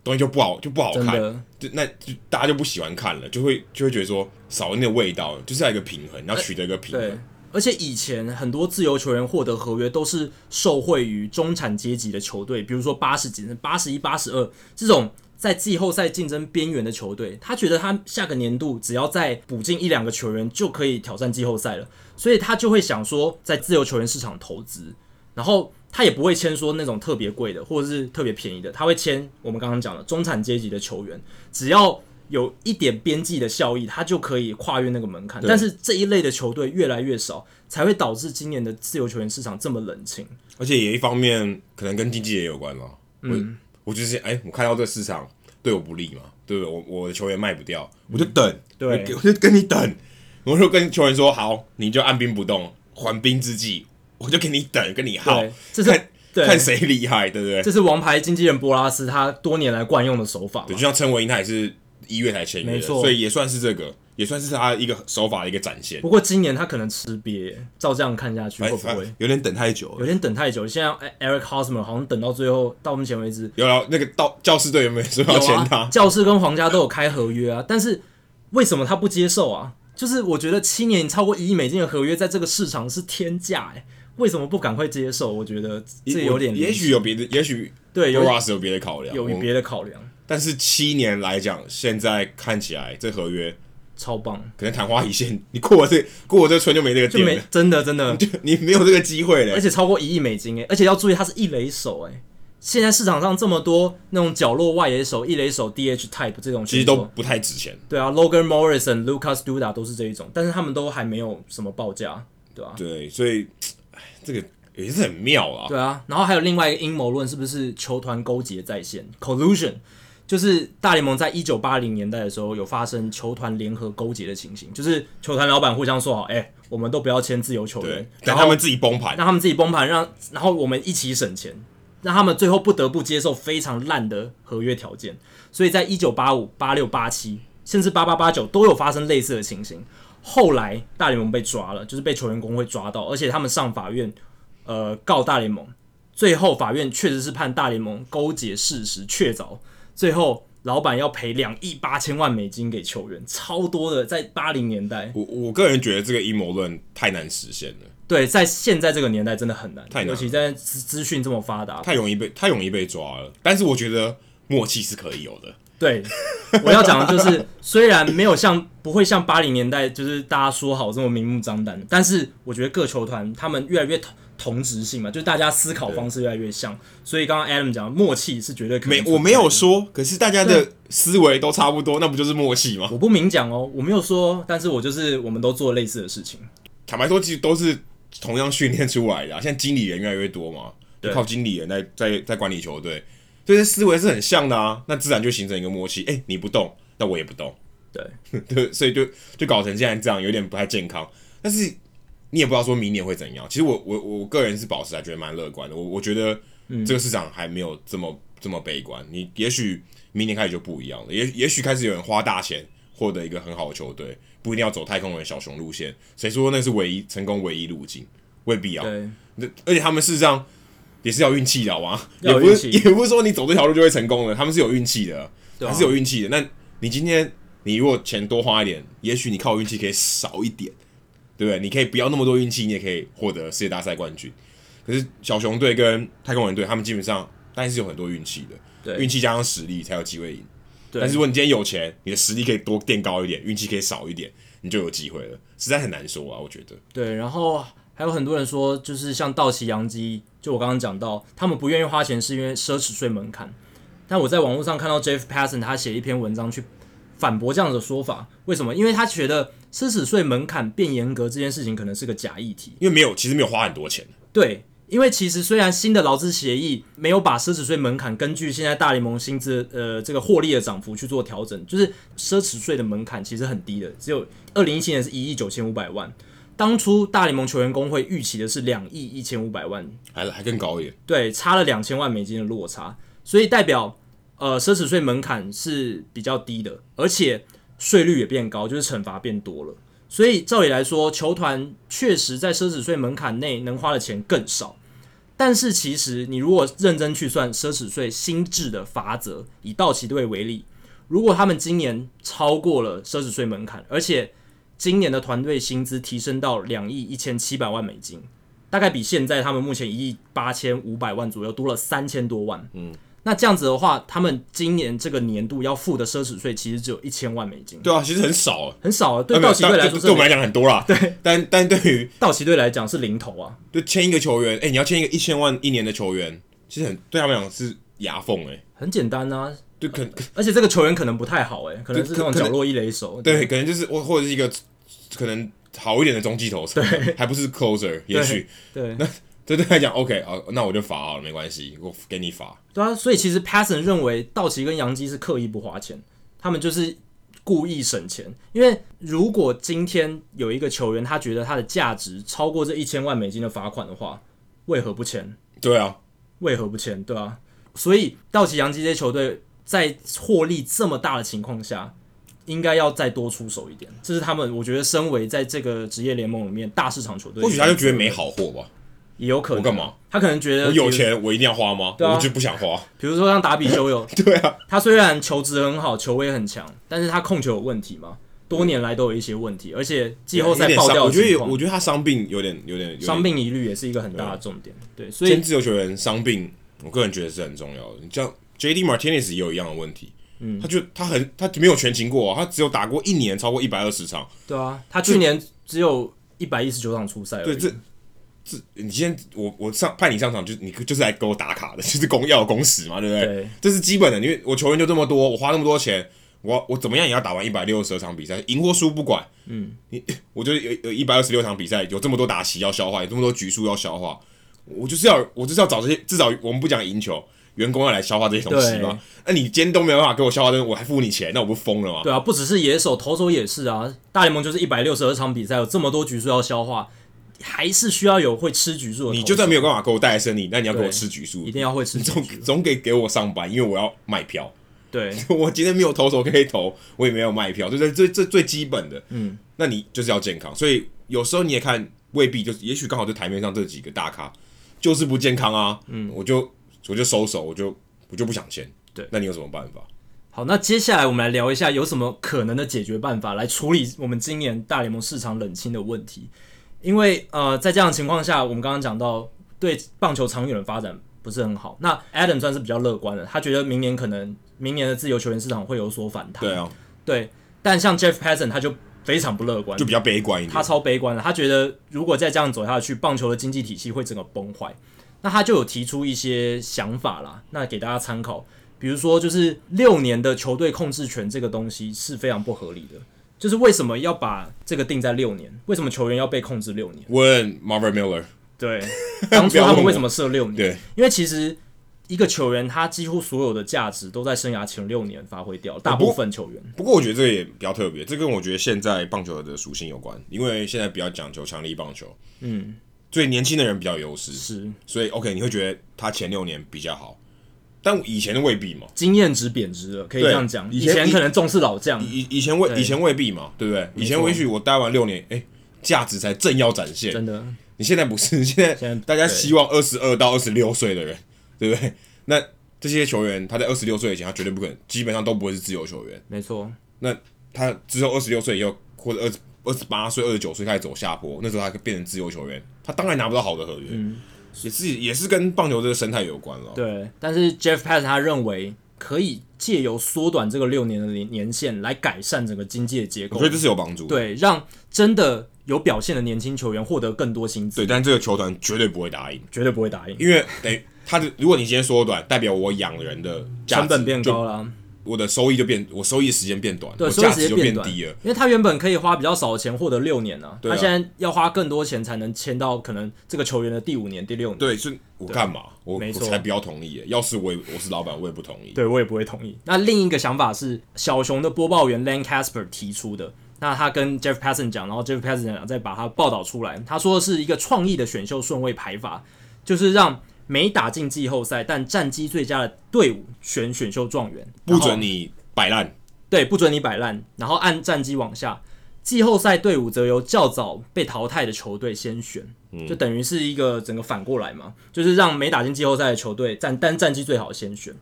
[SPEAKER 1] 东西就不好就不好
[SPEAKER 2] 真
[SPEAKER 1] 看，
[SPEAKER 2] 的，
[SPEAKER 1] 就那就大家就不喜欢看了，就会就会觉得说少了那个味道，就是要一个平衡，要取得一个平衡。
[SPEAKER 2] 对。而且以前很多自由球员获得合约都是受惠于中产阶级的球队，比如说八十几、八十一、八十二这种在季后赛竞争边缘的球队，他觉得他下个年度只要再补进一两个球员就可以挑战季后赛了，所以他就会想说在自由球员市场投资，然后他也不会签说那种特别贵的或者是特别便宜的，他会签我们刚刚讲的中产阶级的球员，只要有一点边际的效益，他就可以跨越那个门槛。
[SPEAKER 1] 对
[SPEAKER 2] 但是这一类的球队越来越少，才会导致今年的自由球员市场这么冷清。
[SPEAKER 1] 而且也一方面可能跟经济也有关嘛。嗯，我就是哎、我看到这个市场对我不利嘛，对不对？我我的球员卖不掉，我就等，
[SPEAKER 2] 嗯对
[SPEAKER 1] 我就我就跟你等，我就跟球员说好，你就按兵不动，缓兵之计，我就给你等，跟你耗
[SPEAKER 2] 对，，这是
[SPEAKER 1] 看
[SPEAKER 2] 对
[SPEAKER 1] 看谁厉害，对不对？
[SPEAKER 2] 这是王牌经纪人波拉斯他多年来惯用的手法嘛
[SPEAKER 1] 对，就像陈伟霆他也是一月才签约
[SPEAKER 2] 没
[SPEAKER 1] 的，
[SPEAKER 2] 错
[SPEAKER 1] 所以也算是这个，也算是他一个手法的一个展现
[SPEAKER 2] 不。过今年他可能吃瘪耶，照这样看下去
[SPEAKER 1] 哎
[SPEAKER 2] 会不会
[SPEAKER 1] 哎有点等太久
[SPEAKER 2] 有
[SPEAKER 1] 了？
[SPEAKER 2] 点等太久？现在 Eric Hosmer 好像等到最后，到目前为止
[SPEAKER 1] 有啊，那个到教师队有没有说要
[SPEAKER 2] 有
[SPEAKER 1] 签
[SPEAKER 2] 啊，
[SPEAKER 1] 他？
[SPEAKER 2] 教师跟皇家都有开合约啊，但是为什么他不接受啊？就是我觉得七年超过一亿美金的合约，在这个市场是天价哎、为什么不赶快接受？我觉得这有点
[SPEAKER 1] 我
[SPEAKER 2] 离奇，
[SPEAKER 1] 也许有别的，也许
[SPEAKER 2] 对有
[SPEAKER 1] Ross 有别的考量，
[SPEAKER 2] 有
[SPEAKER 1] 我
[SPEAKER 2] 别的考量，
[SPEAKER 1] 但是七年来讲，现在看起来这合约
[SPEAKER 2] 超棒，
[SPEAKER 1] 可能昙花一现， 你过了这过了这村就没这个
[SPEAKER 2] 就
[SPEAKER 1] 店
[SPEAKER 2] 没
[SPEAKER 1] 了，
[SPEAKER 2] 真的真 的，
[SPEAKER 1] 就你没有这个机会了
[SPEAKER 2] 而。且超过一亿美金哎、而且要注意，他是一垒手哎、现在市场上这么多那种角落外野手、一垒手、DH type 这种选手，
[SPEAKER 1] 其实都不太值钱，
[SPEAKER 2] 对啊，Logan Morrison、Lucas Duda 都是这一种，但是他们都还没有什么报价，对啊吧、
[SPEAKER 1] 对，所以唉这个也是很妙啦。
[SPEAKER 2] 对啊，然后还有另外一个阴谋论，是不是球团勾结在线 （collusion）？就是大联盟在一九八零年代的时候有发生球团联合勾结的情形，就是球团老板互相说好，哎、我们都不要签自由球员
[SPEAKER 1] 对，，
[SPEAKER 2] 然
[SPEAKER 1] 等
[SPEAKER 2] 后
[SPEAKER 1] 他们自己崩盘，
[SPEAKER 2] 让他们自己崩盘，让然后我们一起省钱，让他们最后不得不接受非常烂的合约条件。所以在一九八五、八六、八七，甚至八八、八九都有发生类似的情形。后来大联盟被抓了，就是被球员工会抓到，而且他们上法院，呃，告大联盟。最后法院确实是判大联盟勾结事实确凿，最后老板要赔两亿八千万美金给球员，超多的，在八零年代，
[SPEAKER 1] 我我个人觉得这个阴谋论太难实现了，
[SPEAKER 2] 对，在现在这个年代真的很难，
[SPEAKER 1] 太难
[SPEAKER 2] 尤
[SPEAKER 1] 了
[SPEAKER 2] 其在资资讯这么发达，
[SPEAKER 1] 太容易被太容易被抓了。但是我觉得默契是可以有的，
[SPEAKER 2] 对， 我要讲的就是，虽然没有像不会像八零年代就是大家说好这么明目张胆，但是我觉得各球团他们越来越同同质性嘛，就是大家思考方式越来越像，所以刚刚 Adam 讲的默契是绝对可能
[SPEAKER 1] 没
[SPEAKER 2] 存在的
[SPEAKER 1] 我没有说，可是大家的思维都差不多，那不就是默契吗？
[SPEAKER 2] 我不明讲哦，我没有说，但是我就是我们都做类似的事情，
[SPEAKER 1] 坦白说，其实都是同样训练出来的、啊。现在经理人越来越多嘛，
[SPEAKER 2] 对
[SPEAKER 1] 就靠经理人在在在管理球队，所以这思维是很像的啊。那自然就形成一个默契，哎、你不动，那我也不动，
[SPEAKER 2] 对
[SPEAKER 1] 对，所以就就搞成现在这样，有点不太健康。但是你也不知道说明年会怎样。其实我我我个人是保持还觉得蛮乐观的，我我觉得
[SPEAKER 2] 嗯
[SPEAKER 1] 这个市场还没有这么这么悲观。你也许明年开始就不一样了，也也许开始有人花大钱获得一个很好的球队，不一定要走太空人小熊路线。谁说那是唯一成功唯一路径？未必啊。
[SPEAKER 2] 对
[SPEAKER 1] 那而且他们事实上也是要运气的，好吗？也
[SPEAKER 2] 要有
[SPEAKER 1] 不
[SPEAKER 2] 运气
[SPEAKER 1] 是也不是说你走这条路就会成功的，他们是有运气的，
[SPEAKER 2] 啊
[SPEAKER 1] 还是有运气的。那你今天你如果钱多花一点，也许你靠运气可以少一点，对不对？你可以不要那么多运气，你也可以获得世界大赛冠军。可是小熊队跟太空人队，他们基本上当然是有很多运气的，
[SPEAKER 2] 对
[SPEAKER 1] 运气加上实力才有机会赢。
[SPEAKER 2] 对
[SPEAKER 1] 但是如果你今天有钱，你的实力可以多垫高一点，运气可以少一点，你就有机会了。实在很难说啊，我觉得。
[SPEAKER 2] 对，然后还有很多人说，就是像道奇、洋基，就我刚刚讲到，他们不愿意花钱是因为奢侈税门槛。但我在网络上看到 Jeff p a s s o n 他写一篇文章去反驳这样的说法，为什么？因为他觉得奢侈税门槛变严格这件事情可能是个假议题。
[SPEAKER 1] 因为没有，其实没有花很多钱。
[SPEAKER 2] 对，因为其实虽然新的劳资协议没有把奢侈税门槛根据现在大联盟薪资呃这个获利的涨幅去做调整，就是奢侈税的门槛其实很低的，只有二零一七年是一亿九千五百万，当初大联盟球员工会预期的是两亿一千五百万，
[SPEAKER 1] 还还更高一点，
[SPEAKER 2] 对，差了两千万美金的落差，所以代表呃奢侈税门槛是比较低的，而且税率也变高，就是惩罚变多了。所以照理来说，球团确实在奢侈税门槛内能花的钱更少。但是其实你如果认真去算奢侈税新制的罚则，以道奇队为例，如果他们今年超过了奢侈税门槛，而且今年的团队薪资提升到两亿一千七百万美金，大概比现在他们目前一亿八千五百万左右多了三千多万。嗯，那这样子的话，他们今年这个年度要付的奢侈税其实只有一千万美金，
[SPEAKER 1] 对啊，其实很少啊。
[SPEAKER 2] 很少啊。
[SPEAKER 1] 那
[SPEAKER 2] 对
[SPEAKER 1] 没有
[SPEAKER 2] 道奇队
[SPEAKER 1] 但
[SPEAKER 2] 来
[SPEAKER 1] 对
[SPEAKER 2] 说是
[SPEAKER 1] 对我们来
[SPEAKER 2] 零，
[SPEAKER 1] 讲很多啦。对，但但对于
[SPEAKER 2] 道奇队来讲是零头啊。
[SPEAKER 1] 就签一个球员，哎、你要签一个一千万一年的球员，其实很对他们来讲是牙缝哎、
[SPEAKER 2] 很简单啊，
[SPEAKER 1] 就可可
[SPEAKER 2] 而且这个球员可能不太好诶、可能是那种
[SPEAKER 1] 可可
[SPEAKER 2] 角落一垒手。
[SPEAKER 1] 对，可能就是或或者是一个可能好一点的中继投手，还不是 closer，也许
[SPEAKER 2] 对
[SPEAKER 1] 这对他来讲 OK 啊，那我就罚好了，没关系，我给你罚。
[SPEAKER 2] 对啊，所以其实 Passon 认为道奇跟洋基是刻意不花钱，他们就是故意省钱。因为如果今天有一个球员他觉得他的价值超过这一千万美金的罚款的话，为何不签？
[SPEAKER 1] 对啊，
[SPEAKER 2] 为何不签？对啊，所以道奇、洋基这些球队在获利这么大的情况下，应该要再多出手一点。这是他们，我觉得身为在这个职业联盟里面大市场球队，
[SPEAKER 1] 或许他就觉得没好货吧，
[SPEAKER 2] 也有可能
[SPEAKER 1] 我干嘛？
[SPEAKER 2] 他可能觉得
[SPEAKER 1] 我有
[SPEAKER 2] 比如，
[SPEAKER 1] 钱我一定要花吗？
[SPEAKER 2] 啊对啊
[SPEAKER 1] 我就不想花。
[SPEAKER 2] 比如说像达比修有，
[SPEAKER 1] 对啊，
[SPEAKER 2] 他虽然球质很好，球威很强，但是他控球有问题嘛，多年来都有一些问题，而且季后赛
[SPEAKER 1] 有点
[SPEAKER 2] 爆
[SPEAKER 1] 伤
[SPEAKER 2] 掉
[SPEAKER 1] 我
[SPEAKER 2] 的
[SPEAKER 1] 觉得
[SPEAKER 2] 情
[SPEAKER 1] 有，
[SPEAKER 2] 况
[SPEAKER 1] 我觉啊得他伤病有点有点有点
[SPEAKER 2] 伤病疑虑也是一个很大的重点。对，所
[SPEAKER 1] 兼
[SPEAKER 2] 以
[SPEAKER 1] 自由球员伤病，我个人觉得是很重要的。你像 J.D. Martinez 也有一样的问题，嗯，他就他很他没有全勤过、啊，他只有打过一年超过一百二十场。
[SPEAKER 2] 对啊，他去年只有一百一十九场出赛而已，
[SPEAKER 1] 对，这这你今天我我上派你上场，就你就是来给我打卡的，就是公要有工时嘛，对不对？
[SPEAKER 2] 对
[SPEAKER 1] 这是基本的，因为我球员就这么多，我花那么多钱。我我怎么样也要打完一百六十二场比赛，赢或输不管。嗯，你我觉得有有一百二十六场比赛，有这么多打席要消化，有这么多局数要消化，我就是要我就是要找这些，至少我们不讲赢球，员工要来消化这些东西嘛。那你今天都没有办法给我消化这些，我还付你钱，那我不疯了吗？
[SPEAKER 2] 对啊，不只是野手，投手也是啊。大联盟就是一百六十二场比赛，有这么多局数要消化，还是需要有会吃局数的投手。
[SPEAKER 1] 你就算没有办法给我带来胜利，那你要给我
[SPEAKER 2] 对
[SPEAKER 1] 吃局数
[SPEAKER 2] 一，定要会吃局
[SPEAKER 1] 总
[SPEAKER 2] 数，
[SPEAKER 1] 总给给我上班，因为我要卖票。
[SPEAKER 2] 对
[SPEAKER 1] 我今天没有投手可以投，我也没有卖票，这这这这最基本的。嗯，那你就是要健康，所以有时候你也看未必就是，也许刚好就台面上这几个大咖就是不健康啊。嗯，我就我就收手，我就我就不想签。
[SPEAKER 2] 对
[SPEAKER 1] 那你有什么办法？
[SPEAKER 2] 好，那接下来我们来聊一下有什么可能的解决办法来处理我们今年大联盟市场冷清的问题。因为呃，在这样的情况下，我们刚刚讲到对棒球长远的发展不是很好。那 Adam 算是比较乐观的，他觉得明年可能明年的自由球员市场会有所反弹。
[SPEAKER 1] 对啊，
[SPEAKER 2] 对但像 Jeff p a s s o n 他就非常不乐观，
[SPEAKER 1] 就比较悲观一
[SPEAKER 2] 他
[SPEAKER 1] 点。
[SPEAKER 2] 超悲观的，他觉得如果再这样走下去，棒球的经济体系会整个崩坏。那他就有提出一些想法啦，那给大家参考。比如说，就是六年的球队控制权这个东西是非常不合理的，就是为什么要把这个定在六年？为什么球员要被控制六年？
[SPEAKER 1] 问 Marvin Miller，
[SPEAKER 2] 对，当初他们为什么 设六年？
[SPEAKER 1] 对，
[SPEAKER 2] 因为其实一个球员他几乎所有的价值都在生涯前六年发挥掉，大部分球员
[SPEAKER 1] 不过我觉得这个也比较特别，这跟我觉得现在棒球的属性有关，因为现在比较讲求强力棒球，嗯，所以年轻的人比较有优势，
[SPEAKER 2] 是
[SPEAKER 1] 所以 OK 你会觉得他前六年比较好，但以前的未必嘛。
[SPEAKER 2] 经验值贬值了，可以
[SPEAKER 1] 对
[SPEAKER 2] 这样讲。
[SPEAKER 1] 以
[SPEAKER 2] 以
[SPEAKER 1] 前
[SPEAKER 2] 前可能重视老将，
[SPEAKER 1] 以以前未
[SPEAKER 2] 对
[SPEAKER 1] 以前未必嘛，对不对？以前也许我待完六年，哎、价值才正要展现。
[SPEAKER 2] 真的
[SPEAKER 1] 你现在不是，现在
[SPEAKER 2] 现在
[SPEAKER 1] 大家
[SPEAKER 2] 对
[SPEAKER 1] 希望二十二到二十六岁的人，对不对？那这些球员他在二十六岁以前，他绝对不可能，基本上都不会是自由球员。
[SPEAKER 2] 没错。
[SPEAKER 1] 那他之后二十六岁以后，或者二二十八岁、二十九岁开始走下坡，那时候他变成自由球员，他当然拿不到好的合约，也是也是跟棒球这个生态有关了。
[SPEAKER 2] 嗯对，但是 Jeff Pass 他认为可以借由缩短这个六年的年年限来改善整个经济的结
[SPEAKER 1] 我
[SPEAKER 2] 构
[SPEAKER 1] 觉，得这是有帮助的。
[SPEAKER 2] 对，让真的有表现的年轻球员获得更多薪资，
[SPEAKER 1] 对，但这个球团绝对不会答应，
[SPEAKER 2] 绝对不会答应，
[SPEAKER 1] 因为等于他的，如果你今天缩短，代表我养人的价值
[SPEAKER 2] 成本变
[SPEAKER 1] 就
[SPEAKER 2] 高了，
[SPEAKER 1] 我的收益就变，我收益时间变短，
[SPEAKER 2] 对，
[SPEAKER 1] 我
[SPEAKER 2] 收益
[SPEAKER 1] 价
[SPEAKER 2] 时
[SPEAKER 1] 值就
[SPEAKER 2] 间变短，
[SPEAKER 1] 低
[SPEAKER 2] 因
[SPEAKER 1] 了。
[SPEAKER 2] 为他原本可以花比较少的钱获得六年呢、
[SPEAKER 1] 对啊
[SPEAKER 2] 他现在要花更多钱才能签到可能这个球员的第五年、第六年。
[SPEAKER 1] 对，是我干嘛？我
[SPEAKER 2] 没
[SPEAKER 1] 我
[SPEAKER 2] 错
[SPEAKER 1] 才不要同意耶！要是我也我是老板，我也不同意。
[SPEAKER 2] 对我也不会同意。那另一个想法是小熊的播报员 Lancaster 提出的。那他跟 Jeff p a s s o n 讲，然后 Jeff p a s s o n 再把它报道出来。他说的是一个创意的选秀顺位排法，就是让没打进季后赛但战绩最佳的队伍选选秀状元，
[SPEAKER 1] 不
[SPEAKER 2] 然后
[SPEAKER 1] 准你摆烂。
[SPEAKER 2] 对，不准你摆烂，然后按战绩往下。季后赛队伍则由较早被淘汰的球队先选，就等于是一个整个反过来嘛，就是让没打进季后赛的球队战但战绩最好先选。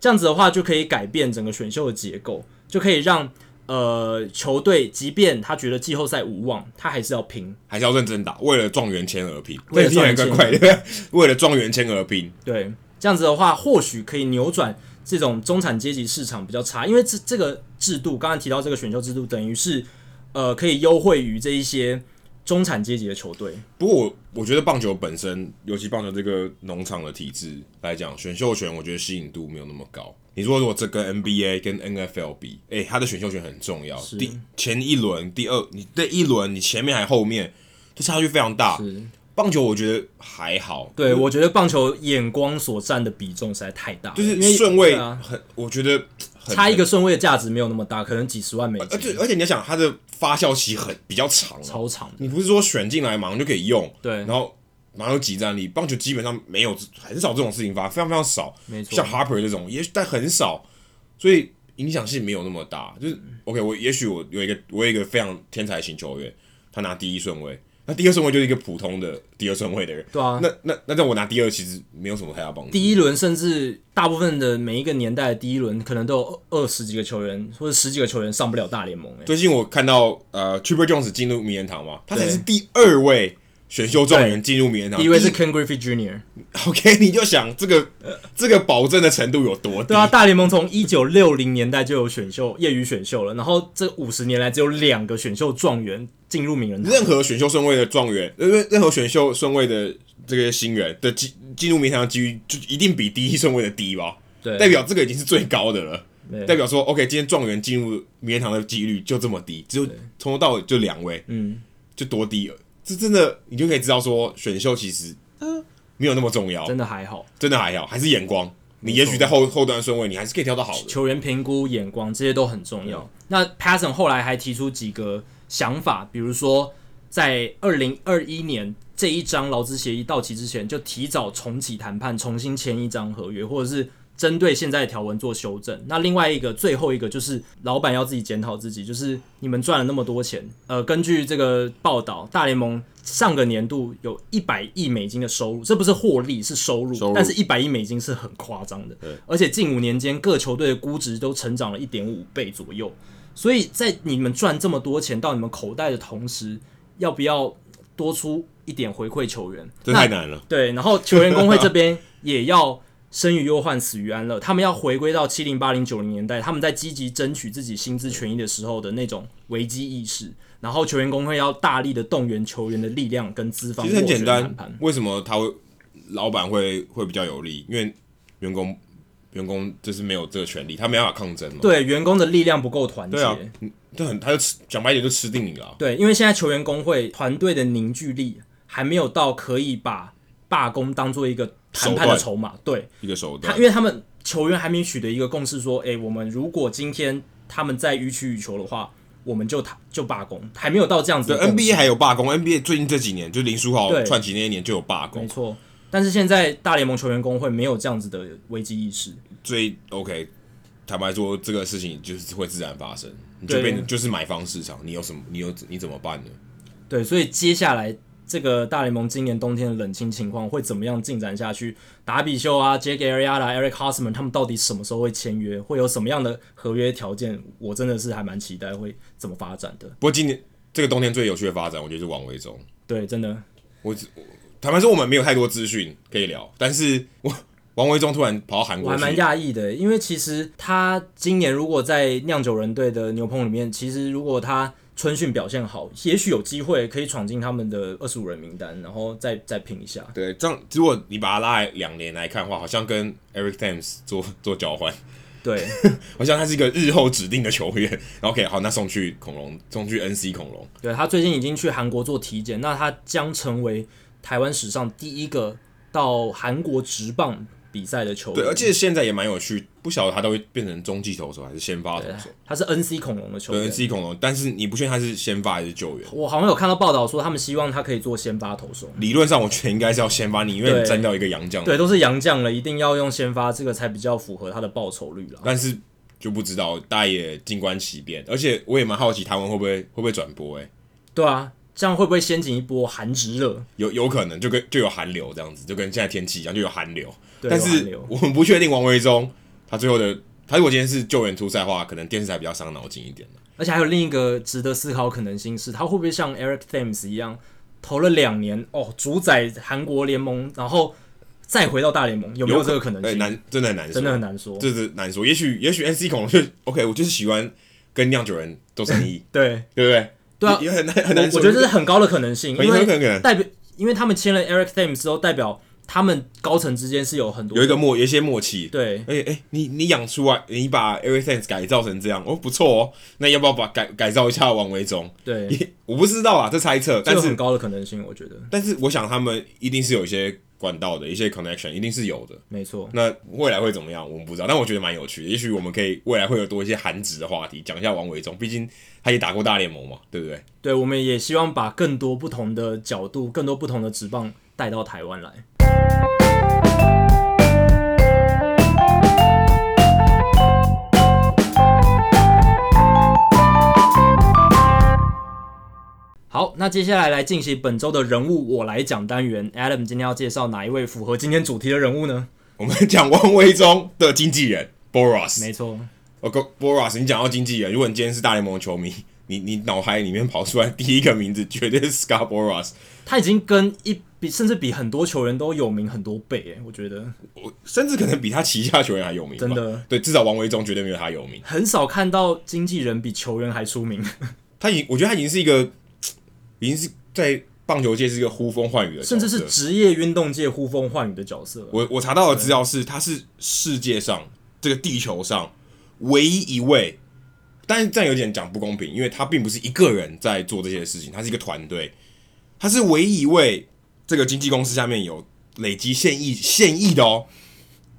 [SPEAKER 2] 这样子的话，就可以改变整个选秀的结构，就可以让呃球队，即便他觉得季后赛无望，他还是要拼。
[SPEAKER 1] 还是要认真打，为了状元签而拼，
[SPEAKER 2] 为 了
[SPEAKER 1] 这
[SPEAKER 2] 状
[SPEAKER 1] 听
[SPEAKER 2] 元
[SPEAKER 1] 起
[SPEAKER 2] 签
[SPEAKER 1] 来怪怪的，为了状元签而拼，
[SPEAKER 2] 对，这样子的话，或许可以扭转这种中产阶级市场比较差，因为这这个制度，刚刚提到这个选秀制度，等于是呃可以优惠于这一些中产阶级的球队。
[SPEAKER 1] 不过我我觉得棒球本身，尤其棒球这个农场的体制来讲，选秀权我觉得吸引度没有那么高。你说如果这跟 NBA 跟 NFL 比，哎、他的选秀权很重要。第前一轮、第二，你这一轮你前面还后面，这差距非常大。棒球我觉得还好，
[SPEAKER 2] 对，我觉得棒球眼光所占的比重实在太大了，
[SPEAKER 1] 就
[SPEAKER 2] 因
[SPEAKER 1] 是
[SPEAKER 2] 为
[SPEAKER 1] 顺位
[SPEAKER 2] 对
[SPEAKER 1] 很，
[SPEAKER 2] 啊、
[SPEAKER 1] 我觉得很
[SPEAKER 2] 差一个顺位的价值没有那么大，可能几十万美
[SPEAKER 1] 而
[SPEAKER 2] 金，
[SPEAKER 1] 且而且你要想，它的发酵期很比较长、啊，
[SPEAKER 2] 超长的。
[SPEAKER 1] 你不是说选进来马上就可以用，
[SPEAKER 2] 对
[SPEAKER 1] 然后马上有集战力，棒球基本上没有，很少这种事情发生，非常非常少。
[SPEAKER 2] 没错
[SPEAKER 1] 像 Harper 这种，也许但很少，所以影响性没有那么大。就是 OK，我也许我有一个我有一个非常天才型球员，他拿第一顺位，那第二顺位就是一个普通的第二顺位的人。
[SPEAKER 2] 对啊
[SPEAKER 1] 那那那让我拿第二，其实没有什么太大帮助。
[SPEAKER 2] 第一轮甚至大部分的每一个年代的第一轮，可能都有二二十几个球员或者十几个球员上不了大联盟、欸，
[SPEAKER 1] 最近我看到呃 t r i p e r Jones 进入名人堂嘛，他才是第二位选秀状元进入名人堂，
[SPEAKER 2] 第一位是 Ken Griffey Jr.，
[SPEAKER 1] OK，你就想这个这个保证的程度有多低？
[SPEAKER 2] 呃对啊，大联盟从一九六零年代就有选秀业余选秀了，然后这五十年来只有两个选秀状元进入名人堂。
[SPEAKER 1] 任何选秀顺位的状元，呃，任任何选秀顺位的这些新人的进进入名堂的几率，就一定比第一顺位的低吧？
[SPEAKER 2] 对
[SPEAKER 1] 代表这个已经是最高的了。
[SPEAKER 2] 对
[SPEAKER 1] 代表说，OK，今天状元进入名人堂的几率就这么低，只有从头到尾就两位，
[SPEAKER 2] 嗯，
[SPEAKER 1] 就多低了。这真的，你就可以知道说，选秀其实没有那么重要，
[SPEAKER 2] 呃真的还好，
[SPEAKER 1] 真的还好，还是眼光。你也许在后后端顺位，你还是可以挑到好的。
[SPEAKER 2] 球员评估、眼光这些都很重要。那 Passon 后来还提出几个想法，比如说在二零二一年这一张劳资协议到期之前，就提早重启谈判，重新签一张合约，或者是针对现在的条文做修正。那另外一个，最后一个就是老板要自己检讨自己，就是你们赚了那么多钱，呃，根据这个报道，大联盟上个年度有一百亿美金的收入，这不是获利，是收入，
[SPEAKER 1] 收入
[SPEAKER 2] 但是一百亿美金是很夸张的，而且近五年间各球队的估值都成长了一点五倍左右，所以在你们赚这么多钱到你们口袋的同时，要不要多出一点回馈球员？
[SPEAKER 1] 这太难了。
[SPEAKER 2] 对，然后球员工会这边也要生于忧患，死于安乐，他们要回归到七零八零九零年代，他们在积极争取自己薪资权益的时候的那种危机意识。然后球员工会要大力的动员球员的力量跟资方
[SPEAKER 1] 其实很
[SPEAKER 2] 斡旋
[SPEAKER 1] 简单
[SPEAKER 2] 谈判，
[SPEAKER 1] 为什么他会老板会会比较有利？因为员工员工就是没有这个权利，他没办法抗争嘛。
[SPEAKER 2] 对员工的力量不够团结。
[SPEAKER 1] 对啊，嗯就很他就吃讲白一点就吃定你了啊。
[SPEAKER 2] 对，因为现在球员工会团队的凝聚力还没有到可以把罢工当做一个谈判的筹码。对
[SPEAKER 1] 一个手
[SPEAKER 2] 他，
[SPEAKER 1] 段
[SPEAKER 2] 因。为他们球员还没取得一个共识，说，诶、我们如果今天他们在予取予求的话，我们就谈就罢工，还没有到这样子
[SPEAKER 1] 对
[SPEAKER 2] 的共识
[SPEAKER 1] NBA 还有罢工，NBA 最近这几年就林书豪
[SPEAKER 2] 对
[SPEAKER 1] 串起那一年就有罢
[SPEAKER 2] 没
[SPEAKER 1] 工，
[SPEAKER 2] 错。但是现在大联盟球员工会没有这样子的危机意识，
[SPEAKER 1] 最 OK。坦白说，这个事情就是会自然发生，你就
[SPEAKER 2] 对
[SPEAKER 1] 变成就是买方市场，你有什么，你有你怎么办呢？
[SPEAKER 2] 对，所以接下来这个大联盟今年冬天的冷清情况会怎么样进展下去？达比修啊、杰 a 瑞 a 啦、Eric h o s m a n 他们到底什么时候会签约？会有什么样的合约条件？我真的是还蛮期待会怎么发展的。
[SPEAKER 1] 不过今年这个冬天最有趣的发展，我觉得是王维忠。
[SPEAKER 2] 对，真的
[SPEAKER 1] 我只我坦白说，我们没有太多资讯可以聊，但是我王维忠突然跑到韩
[SPEAKER 2] 我
[SPEAKER 1] 国
[SPEAKER 2] 还
[SPEAKER 1] 去，
[SPEAKER 2] 蛮讶异的，欸因为其实他今年如果在酿酒人队的牛棚里面，其实如果他春训表现好，也许有机会可以闯进他们的二十五人名单，然后再再拼一下。
[SPEAKER 1] 对，这样如果你把他拉来两年来看的话，好像跟 Eric Thames 做做交换，
[SPEAKER 2] 对，
[SPEAKER 1] 好像他是一个日后指定的球员。OK，好，那送去恐龙，送去 NC 恐龙。
[SPEAKER 2] 对他最近已经去韩国做体检，那他将成为台湾史上第一个到韩国职棒比赛的球员。
[SPEAKER 1] 对，而且现在也蛮有趣，不晓得他都会变成中继投手还是先发投手。
[SPEAKER 2] 他是 NC 恐龙的球
[SPEAKER 1] 对
[SPEAKER 2] 员。
[SPEAKER 1] NC 恐龙，但是你不确定他是先发还是救援。
[SPEAKER 2] 我好像有看到报道说，他们希望他可以做先发投手。
[SPEAKER 1] 理论上，我觉得应该是要先发你，因为
[SPEAKER 2] 对
[SPEAKER 1] 你占掉一个洋将。
[SPEAKER 2] 对，都是洋将了，一定要用先发，这个才比较符合他的报酬率啦。
[SPEAKER 1] 但是就不知道，大家也静观其变。而且我也蛮好奇台湾会不会会不会转播、欸，
[SPEAKER 2] 对啊，这样会不会掀起一波韩职热？
[SPEAKER 1] 有有可能就跟就有寒流这样子，就跟现在天气一样，就有寒流。
[SPEAKER 2] 对
[SPEAKER 1] 但
[SPEAKER 2] 有寒
[SPEAKER 1] 是
[SPEAKER 2] 流
[SPEAKER 1] 我们不确定王维忠他最后的，他如果今天是救援出赛的话，可能电视台比较伤脑筋一点。
[SPEAKER 2] 而且还有另一个值得思考的可能性是，他会不会像 Eric Thames 一样，投了两年哦，主宰韩国联盟，然后再回到大联盟，有没有这个可能
[SPEAKER 1] 哎
[SPEAKER 2] 性？
[SPEAKER 1] 难真的很难说，
[SPEAKER 2] 真的很难说。
[SPEAKER 1] 这是难说。也许也许 NC 恐龙就 OK，我就是喜欢跟酿酒人做生 意，
[SPEAKER 2] 对，
[SPEAKER 1] 对不对？
[SPEAKER 2] 对啊
[SPEAKER 1] 也也很难
[SPEAKER 2] 我
[SPEAKER 1] 很难说。
[SPEAKER 2] 我觉得这是很高的可能性，
[SPEAKER 1] 很
[SPEAKER 2] 因
[SPEAKER 1] 很
[SPEAKER 2] 为
[SPEAKER 1] 可能
[SPEAKER 2] 代表，因为他们签了 Eric Thames 之后，代表他们高层之间是有很多
[SPEAKER 1] 有一个默有一些默契。
[SPEAKER 2] 对
[SPEAKER 1] 哎哎、你你养出来，你把 Everything 改造成这样，哦，不错哦。那要不要把改改造一下王维忠？
[SPEAKER 2] 对，
[SPEAKER 1] 也我不知道啊，这猜测。
[SPEAKER 2] 这
[SPEAKER 1] 但
[SPEAKER 2] 有
[SPEAKER 1] 是
[SPEAKER 2] 很高的可能性，我觉得
[SPEAKER 1] 但是我想他们一定是有一些管道的，一些 connection 一定是有的。
[SPEAKER 2] 没错。
[SPEAKER 1] 那未来会怎么样，我们不知道，但我觉得蛮有趣的。也许我们可以未来会有多一些韩职的话题，讲一下王维忠，毕竟他也打过大联盟嘛，对不对？
[SPEAKER 2] 对，我们也希望把更多不同的角度、更多不同的职棒带到台湾来。好，那接下来来进行本周的人物我来讲单元。Adam 今天要介绍哪一位符合今天主题的人物呢？
[SPEAKER 1] 我们讲王维忠的经纪人 Boras。
[SPEAKER 2] 没错，
[SPEAKER 1] 哦、o Boras，你讲到经纪人，如果你今天是大联盟球迷，你你脑海里面跑出来第一个名字绝对是 Scott Boras。
[SPEAKER 2] 他已经跟一比，甚至比很多球员都有名很多倍，诶，我觉得。
[SPEAKER 1] 甚至可能比他旗下球员还有名吧。
[SPEAKER 2] 真的
[SPEAKER 1] 对，至少王维忠绝对没有他有名。
[SPEAKER 2] 很少看到经纪人比球员还出名。
[SPEAKER 1] 他已，我觉得他已经是一个，已经是在棒球界是一个呼风唤雨的角色，
[SPEAKER 2] 甚至是职业运动界呼风唤雨的角色。
[SPEAKER 1] 我我查到的资料是，他是世界上这个地球上唯一一位，但是这样有点讲不公平，因为他并不是一个人在做这些事情，他是一个团队，他是唯一一位这个经纪公司下面有累积现役现役的哦，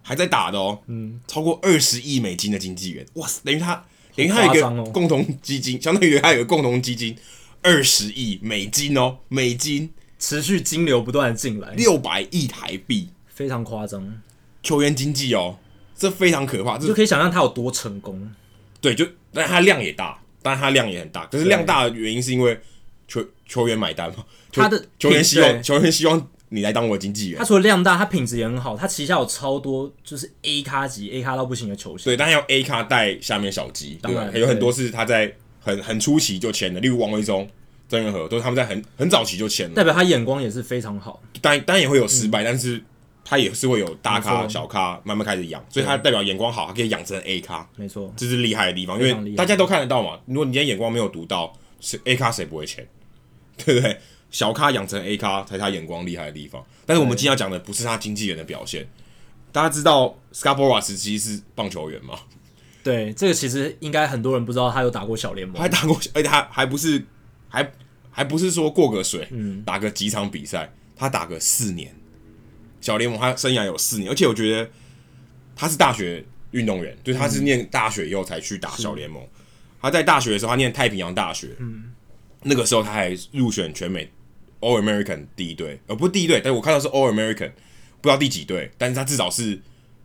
[SPEAKER 1] 还在打的哦，嗯，超过二十亿美金的经纪人，哇塞，等于他等于他有一
[SPEAKER 2] 好夸张
[SPEAKER 1] 个
[SPEAKER 2] 哦
[SPEAKER 1] 共同基金，相当于他有一个共同基金。二十亿美金哦，美金
[SPEAKER 2] 持续金流不断的进来，
[SPEAKER 1] 六百亿台币，
[SPEAKER 2] 非常夸张，
[SPEAKER 1] 球员经济哦，这非常可怕，这
[SPEAKER 2] 就可以想象他有多成功。
[SPEAKER 1] 对，就但它量也大，但它量也很大。可是量大的原因是因为球球员买单嘛，球
[SPEAKER 2] 他的
[SPEAKER 1] 球员希望
[SPEAKER 2] 对
[SPEAKER 1] 球员希望你来当我的经纪人
[SPEAKER 2] 他，除了量大，他品质也很好，他旗下有超多就是 A 咖级、A 咖到不行的球星。
[SPEAKER 1] 对，但还有 A 卡带下面小鸡，对
[SPEAKER 2] 当然
[SPEAKER 1] 吧？有很多是他在很很初期就签的，例如王维忠、曾元和，都是他们在很很早期就签了。
[SPEAKER 2] 代表他眼光也是非常好，
[SPEAKER 1] 当然当然也会有失败，但是他也是会有大
[SPEAKER 2] 嗯没
[SPEAKER 1] 咖、
[SPEAKER 2] 错
[SPEAKER 1] 小咖慢慢开始养，所以他代表眼光好，他可以养成 A 咖，
[SPEAKER 2] 没错，
[SPEAKER 1] 这是厉害的地方，因
[SPEAKER 2] 非常
[SPEAKER 1] 为
[SPEAKER 2] 厉害
[SPEAKER 1] 大家都看得到嘛。如果你今天眼光没有独到，是 A 咖谁不会签， 对不对？小咖养成 A 咖才是他眼光厉害的地方。但是我们今天要讲的不是他经纪人的表现。大家知道 Scarborough 时期是棒球员吗？
[SPEAKER 2] 对这个其实应该很多人不知道他有打过小联盟
[SPEAKER 1] 还，打过，而且还还不是还还不是说过个水，打个几场比赛，他打个四年，小联盟他生涯有四年，而且我觉得他是大学运动员，就是他是念大学以后才去打小联盟。他在大学的时候，他念太平洋大学，那个时候他还入选全美 All American 第一队，呃，不是第一队，但我看到是 All American，不知道第几队，但是他至少是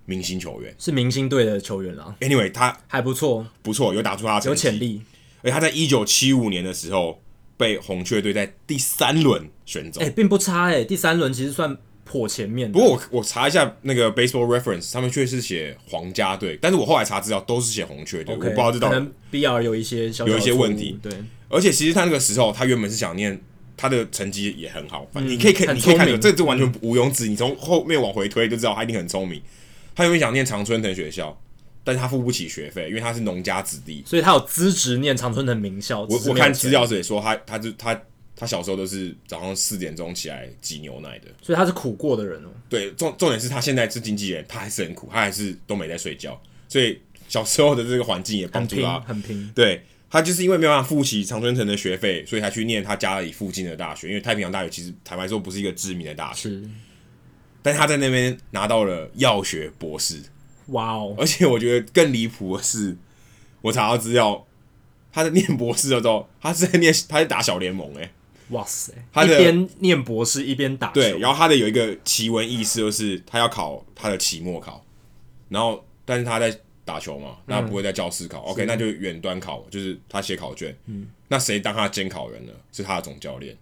[SPEAKER 1] 明星球员。
[SPEAKER 2] 是明星队的球员啦，
[SPEAKER 1] Anyway，他
[SPEAKER 2] 还不错，
[SPEAKER 1] 不错，有打出他的成
[SPEAKER 2] 有
[SPEAKER 1] 绩
[SPEAKER 2] 潜力。
[SPEAKER 1] 而他在一九七五年的时候被红雀队在第三轮选走。
[SPEAKER 2] 哎、并不差哎、第三轮其实算颇前面的。
[SPEAKER 1] 不过我我查一下那个 Baseball Reference，上面确实写皇家队，但是我后来查资料都是写红雀队
[SPEAKER 2] OK，
[SPEAKER 1] 我不知道这到
[SPEAKER 2] 可
[SPEAKER 1] 底
[SPEAKER 2] 能 BR 有一些小小的
[SPEAKER 1] 有一些问
[SPEAKER 2] 错误
[SPEAKER 1] 题
[SPEAKER 2] 对，
[SPEAKER 1] 而且其实他那个时候，他原本是想念他的成绩也很好，反正你可以看，
[SPEAKER 2] 嗯很
[SPEAKER 1] 你可以看
[SPEAKER 2] 聪
[SPEAKER 1] 得，
[SPEAKER 2] 明
[SPEAKER 1] 这这完全毋庸置疑。你从后面往回推就知道他一定很聪明。他原本想念常春藤学校，但是他付不起学费，因为他是农家子弟。
[SPEAKER 2] 所以他有资质念长春藤名校。
[SPEAKER 1] 我
[SPEAKER 2] 只是
[SPEAKER 1] 我
[SPEAKER 2] 没有
[SPEAKER 1] 看
[SPEAKER 2] 钱
[SPEAKER 1] 资，料是也说他他就他他小时候都是早上四点钟起来挤牛奶的。
[SPEAKER 2] 所以他是苦过的人哦。
[SPEAKER 1] 对，重重点是他现在是经纪人，他还是很苦，他还是都没在睡觉，所以小时候的这个环境也帮
[SPEAKER 2] 很
[SPEAKER 1] 助他
[SPEAKER 2] 拼，很拼。
[SPEAKER 1] 对他就是因为没有办法付起常春藤的学费，所以才去念他家里附近的大学。因为太平洋大学其实坦白说不是一个知名的大学，
[SPEAKER 2] 是，
[SPEAKER 1] 但他在那边拿到了药学博士。
[SPEAKER 2] 哇哦，
[SPEAKER 1] 而且我觉得更离谱的是，我查到资料，他在念博士的时候，他是在念他在打小联盟诶、欸
[SPEAKER 2] 哇塞！
[SPEAKER 1] 他
[SPEAKER 2] 一
[SPEAKER 1] 的
[SPEAKER 2] 边念博士一边打球，
[SPEAKER 1] 对，然后他的有一个奇闻异事，就是他要考他的期末考，然后但是他在打球嘛，
[SPEAKER 2] 嗯
[SPEAKER 1] 那不会在教室考、o k 那就远端考，就是他写考卷。嗯，那谁当他的监考人呢？是他的总教练，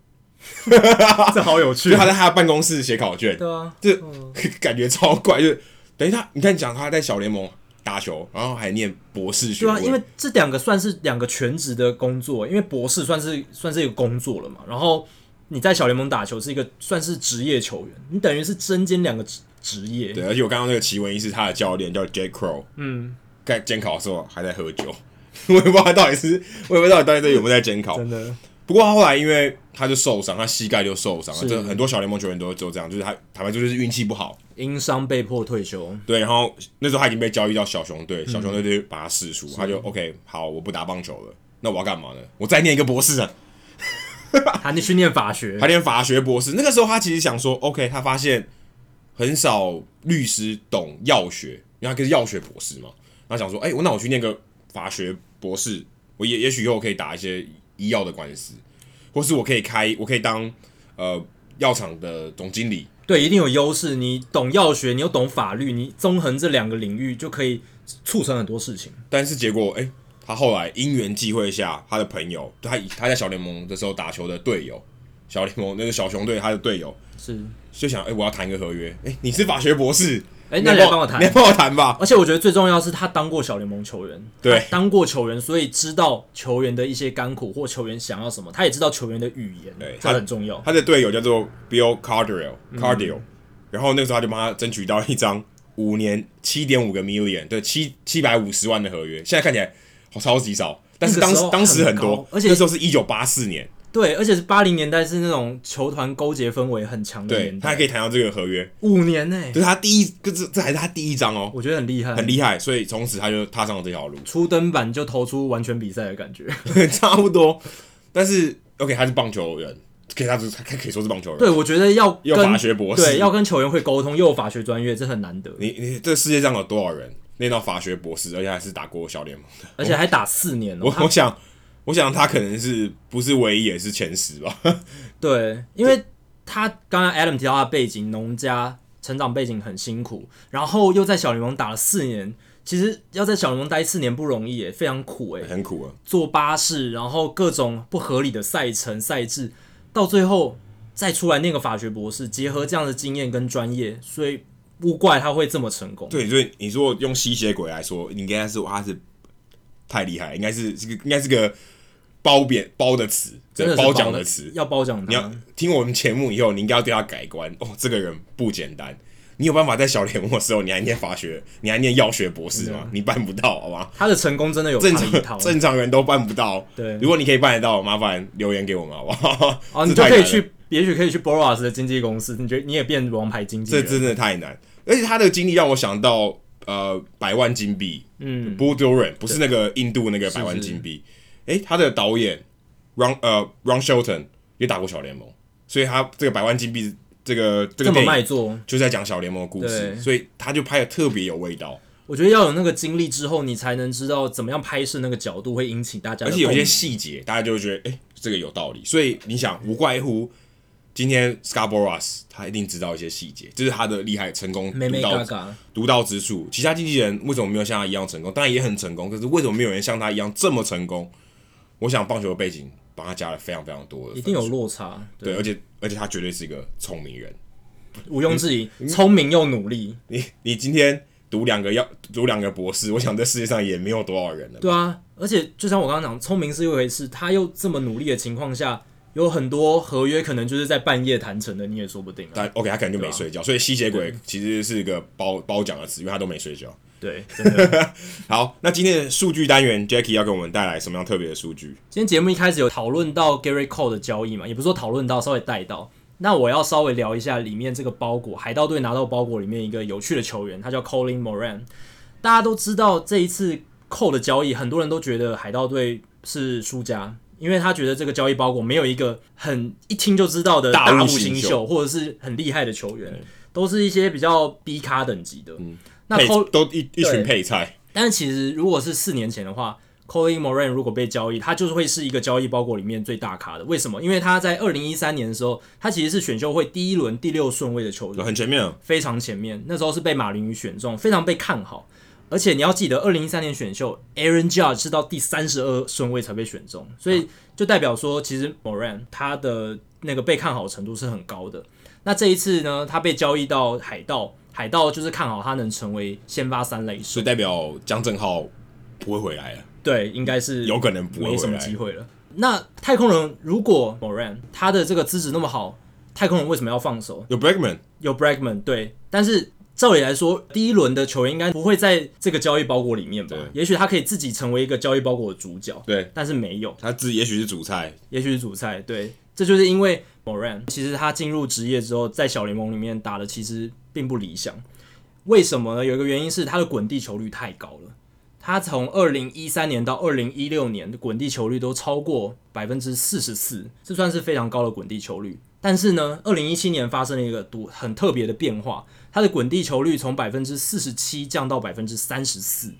[SPEAKER 2] 这好有
[SPEAKER 1] 就
[SPEAKER 2] 趣
[SPEAKER 1] 他在他的办公室写考卷，
[SPEAKER 2] 对啊，
[SPEAKER 1] 这、 感觉超怪。就是等于他，你看讲他在小联盟打球，然后还念博士学
[SPEAKER 2] 对
[SPEAKER 1] 位，
[SPEAKER 2] 啊，因为这两个算是两个全职的工作，因为博士算是算是一个工作了嘛。然后你在小联盟打球是一个算是职业球员，你等于是身兼两个职职业。
[SPEAKER 1] 对，而且我刚刚那个奇闻异事，他的教练叫 J. a c Crow，嗯，在监考的时候还在喝酒。 我也不知道他到底是， 我也不知道到底到底有没有在监考，
[SPEAKER 2] 真的，
[SPEAKER 1] 不过他后来因为他就受伤，他膝盖就受伤了。
[SPEAKER 2] 是
[SPEAKER 1] 这很多小联盟球员都都这样，就是他坦白说就是运气不好。
[SPEAKER 2] 因伤被迫退休，
[SPEAKER 1] 对，然后那时候他已经被交易到小熊队，小熊队就把他释出，他就 OK，好，我不打棒球了，那我要干嘛呢？我再念一个博士啊，
[SPEAKER 2] 他 去念法学
[SPEAKER 1] 他，念法学博士。那个时候他其实想说，OK，他发现很少律师懂药学，因为他是药学博士嘛，他想说，哎、我那我去念个法学博士，我也也许以后可以打一些医药的官司，或是我可以开，我可以当呃药厂的总经理。
[SPEAKER 2] 对，一定有优势。你懂药学，你又懂法律，你综合这两个领域就可以促成很多事情。
[SPEAKER 1] 但是结果，哎、他后来因缘际会下，他的朋友，他他在小联盟的时候打球的队友，小联盟那个小熊队他的队友
[SPEAKER 2] 是，
[SPEAKER 1] 就想，哎、我要谈一个合约，哎、你是法学博士，
[SPEAKER 2] 哎、
[SPEAKER 1] 你
[SPEAKER 2] 那
[SPEAKER 1] 来
[SPEAKER 2] 你来帮我谈
[SPEAKER 1] 你来。帮我谈吧。
[SPEAKER 2] 而且我觉得最重要是他当过小联盟球员，
[SPEAKER 1] 对
[SPEAKER 2] 他当过球员，所以知道球员的一些甘苦或球员想要什么，他也知道球员的语言
[SPEAKER 1] 对，
[SPEAKER 2] 这很重要。
[SPEAKER 1] 他的队友叫做 Bill Cardell
[SPEAKER 2] 嗯
[SPEAKER 1] Cardell，、然后那个时候他就帮他争取到一张五年七点五个 million，对七七百五十万的合约，现在看起来好超级少，但是
[SPEAKER 2] 那
[SPEAKER 1] 当
[SPEAKER 2] 个时
[SPEAKER 1] 时
[SPEAKER 2] 候
[SPEAKER 1] 当时
[SPEAKER 2] 很
[SPEAKER 1] 很
[SPEAKER 2] 高
[SPEAKER 1] 多，
[SPEAKER 2] 而且
[SPEAKER 1] 那时候是一九八四年，
[SPEAKER 2] 对，而且是八零年代是那种球团勾结氛围很强的
[SPEAKER 1] 对
[SPEAKER 2] 年
[SPEAKER 1] 他
[SPEAKER 2] 代，
[SPEAKER 1] 还可以谈到这个合约，
[SPEAKER 2] 五年呢、欸
[SPEAKER 1] 这是他第一，这这这还是他第一张哦，
[SPEAKER 2] 我觉得很厉害，
[SPEAKER 1] 很厉害，所以从此他就踏上了这条路，
[SPEAKER 2] 初登板就投出完全比赛的感觉。
[SPEAKER 1] 差不多。但是 OK，他是棒球人，可以他是他可以说是棒球人，
[SPEAKER 2] 对，我觉得要
[SPEAKER 1] 又
[SPEAKER 2] 跟
[SPEAKER 1] 法学博士
[SPEAKER 2] 对，要跟球员会沟通，又有法学专业，这很难得，
[SPEAKER 1] 你你这世界上有多少人念到法学博士，而且还是打过小联盟？
[SPEAKER 2] 而且还打四年哦、
[SPEAKER 1] 我
[SPEAKER 2] 他
[SPEAKER 1] 我想，我想他可能是不是唯一，也是前十吧。
[SPEAKER 2] 对，因为他刚刚 Adam 提到他的背景，农家成长背景很辛苦，然后又在小联盟打了四年，其实要在小联盟待四年不容易耶，非常苦 诶，
[SPEAKER 1] 很苦啊，
[SPEAKER 2] 坐巴士，然后各种不合理的赛程赛制，到最后再出来念个法学博士，结合这样的经验跟专业，所以不怪他会这么成功。
[SPEAKER 1] 对，所以你说用吸血鬼来说，你应该是他是太厉害，应该是这个应该是个褒贬褒的词，
[SPEAKER 2] 真的是
[SPEAKER 1] 褒奖
[SPEAKER 2] 的
[SPEAKER 1] 的词。
[SPEAKER 2] 要褒奖
[SPEAKER 1] 你要
[SPEAKER 2] 他，
[SPEAKER 1] 听我们节目以后，你应该要对他改观哦，这个人不简单。你有办法在小联盟的时候，你还念法学，你还念药学博士吗？你办不到，好吧？
[SPEAKER 2] 他的成功真的有
[SPEAKER 1] 正
[SPEAKER 2] 他的一
[SPEAKER 1] 常。
[SPEAKER 2] 套
[SPEAKER 1] 正常人都办不到。
[SPEAKER 2] 对
[SPEAKER 1] 如果你可以办得到，麻烦留言给我们，好不好？
[SPEAKER 2] 哦，你
[SPEAKER 1] 这
[SPEAKER 2] 就
[SPEAKER 1] 太
[SPEAKER 2] 可以
[SPEAKER 1] 难了
[SPEAKER 2] 去，也许可以去 Boras 的经纪公司，你觉得你也变王牌经纪
[SPEAKER 1] 这
[SPEAKER 2] 人，
[SPEAKER 1] 真的太难。而且他的经历让我想到，呃，百万金币，嗯 b u d u r a n 不是那个印度那个百万金币。诶，他的导演 Ron 呃 Ron Shelton 也打过小联盟，所以他这个百万金币这个这
[SPEAKER 2] 这
[SPEAKER 1] 个
[SPEAKER 2] 么
[SPEAKER 1] 电
[SPEAKER 2] 卖
[SPEAKER 1] 影
[SPEAKER 2] 座，
[SPEAKER 1] 就是在讲小联盟的故
[SPEAKER 2] 对
[SPEAKER 1] 事，所以他就拍的特别有味道，
[SPEAKER 2] 我觉得要有那个经历之后，你才能知道怎么样拍摄那个角度会引起大家的
[SPEAKER 1] 而
[SPEAKER 2] 共
[SPEAKER 1] 且
[SPEAKER 2] 鸣，
[SPEAKER 1] 有一些细节大家就会觉得，诶，这个有道理。所以你想，无怪乎。今天 Scarboroughs 他一定知道一些细节，这是他的厉害成功
[SPEAKER 2] 妹妹
[SPEAKER 1] 独到
[SPEAKER 2] 嘎嘎，
[SPEAKER 1] 独到之处。其他经纪人为什么没有像他一样成功？当然也很成功，可是为什么没有人像他一样这么成功？我想棒球的背景帮他加了非常非常多的分数，
[SPEAKER 2] 一定有落差，
[SPEAKER 1] 对，而且而且他绝对是一个聪明人。
[SPEAKER 2] 毋庸置疑，聪明又努力，
[SPEAKER 1] 你你今天读两个要读两个博士，我想这世界上也没有多少人了。
[SPEAKER 2] 对啊，而且就像我刚刚讲，聪明是一回事，他又这么努力的情况下，有很多合约可能就是在半夜谈成的，你也说不定啊。
[SPEAKER 1] 但 OK，他可能就没睡觉，所以吸血鬼其实是一个褒褒奖的词，因为他都没睡觉。
[SPEAKER 2] 对，真的。
[SPEAKER 1] 好，那今天的数据单元 j a c k i e 要给我们带来什么样特别的数据？
[SPEAKER 2] 今天节目一开始有讨论到 Gary Cole 的交易嘛，也不是说讨论到，稍微带到。那我要稍微聊一下里面这个包裹，海盗队拿到包裹里面一个有趣的球员，他叫 Colin Moran。大家都知道这一次 Cole 的交易，很多人都觉得海盗队是输家，因为他觉得这个交易包裹没有一个很一听就知道的
[SPEAKER 1] 大物
[SPEAKER 2] 物
[SPEAKER 1] 新
[SPEAKER 2] 新
[SPEAKER 1] 秀嗯
[SPEAKER 2] 秀，或者是很厉害的球员，都是一些比较 B 咖等级的。那
[SPEAKER 1] 配
[SPEAKER 2] Cole
[SPEAKER 1] 都一一群
[SPEAKER 2] 对
[SPEAKER 1] 配菜，
[SPEAKER 2] 但是其实如果是四年前的话，Colin Moran 如果被交易，他就是会是一个交易包裹里面最大咖的。为什么？因为他在二零一三年的时候，他其实是选秀会第一轮第六顺位的球员，
[SPEAKER 1] 很全面哦。
[SPEAKER 2] 非常前面。那时候是被马林鱼选中，非常被看好。而且你要记得，二零一三年选秀，Aaron Judge 是到第三十二顺位才被选中，所以就代表说，其实 Moran 他的那个被看好程度是很高的。那这一次呢，他被交易到海盗，海盗就是看好他能成为先发三垒手。
[SPEAKER 1] 所以代表江正浩不会回来了，
[SPEAKER 2] 对，应该是
[SPEAKER 1] 有可能不会
[SPEAKER 2] 没什
[SPEAKER 1] 回
[SPEAKER 2] 么
[SPEAKER 1] 来
[SPEAKER 2] 机。会了。那太空人如果 Moran 他的这个资质那么好，太空人为什么要放手？
[SPEAKER 1] 有 Blackman，
[SPEAKER 2] 有 Bragman 对，但是照理来说，第一轮的球员应该不会在这个交易包裹里面吧
[SPEAKER 1] 对？
[SPEAKER 2] 也许他可以自己成为一个交易包裹的主角，
[SPEAKER 1] 对
[SPEAKER 2] 但是没有，
[SPEAKER 1] 他自己也许是主菜，
[SPEAKER 2] 也许是主菜。对，这就是因为 Moran 其实他进入职业之后，在小联盟里面打的其实并不理想。为什么呢？有一个原因是他的滚地球率太高了。他从二零一三年到二零一六年的滚地球率都超过百分之四十四，这算是非常高的滚地球率。但是呢，二零一七年发生了一个独很特别的变化，他的滚地球率从百分之四十七降到百分之三十四，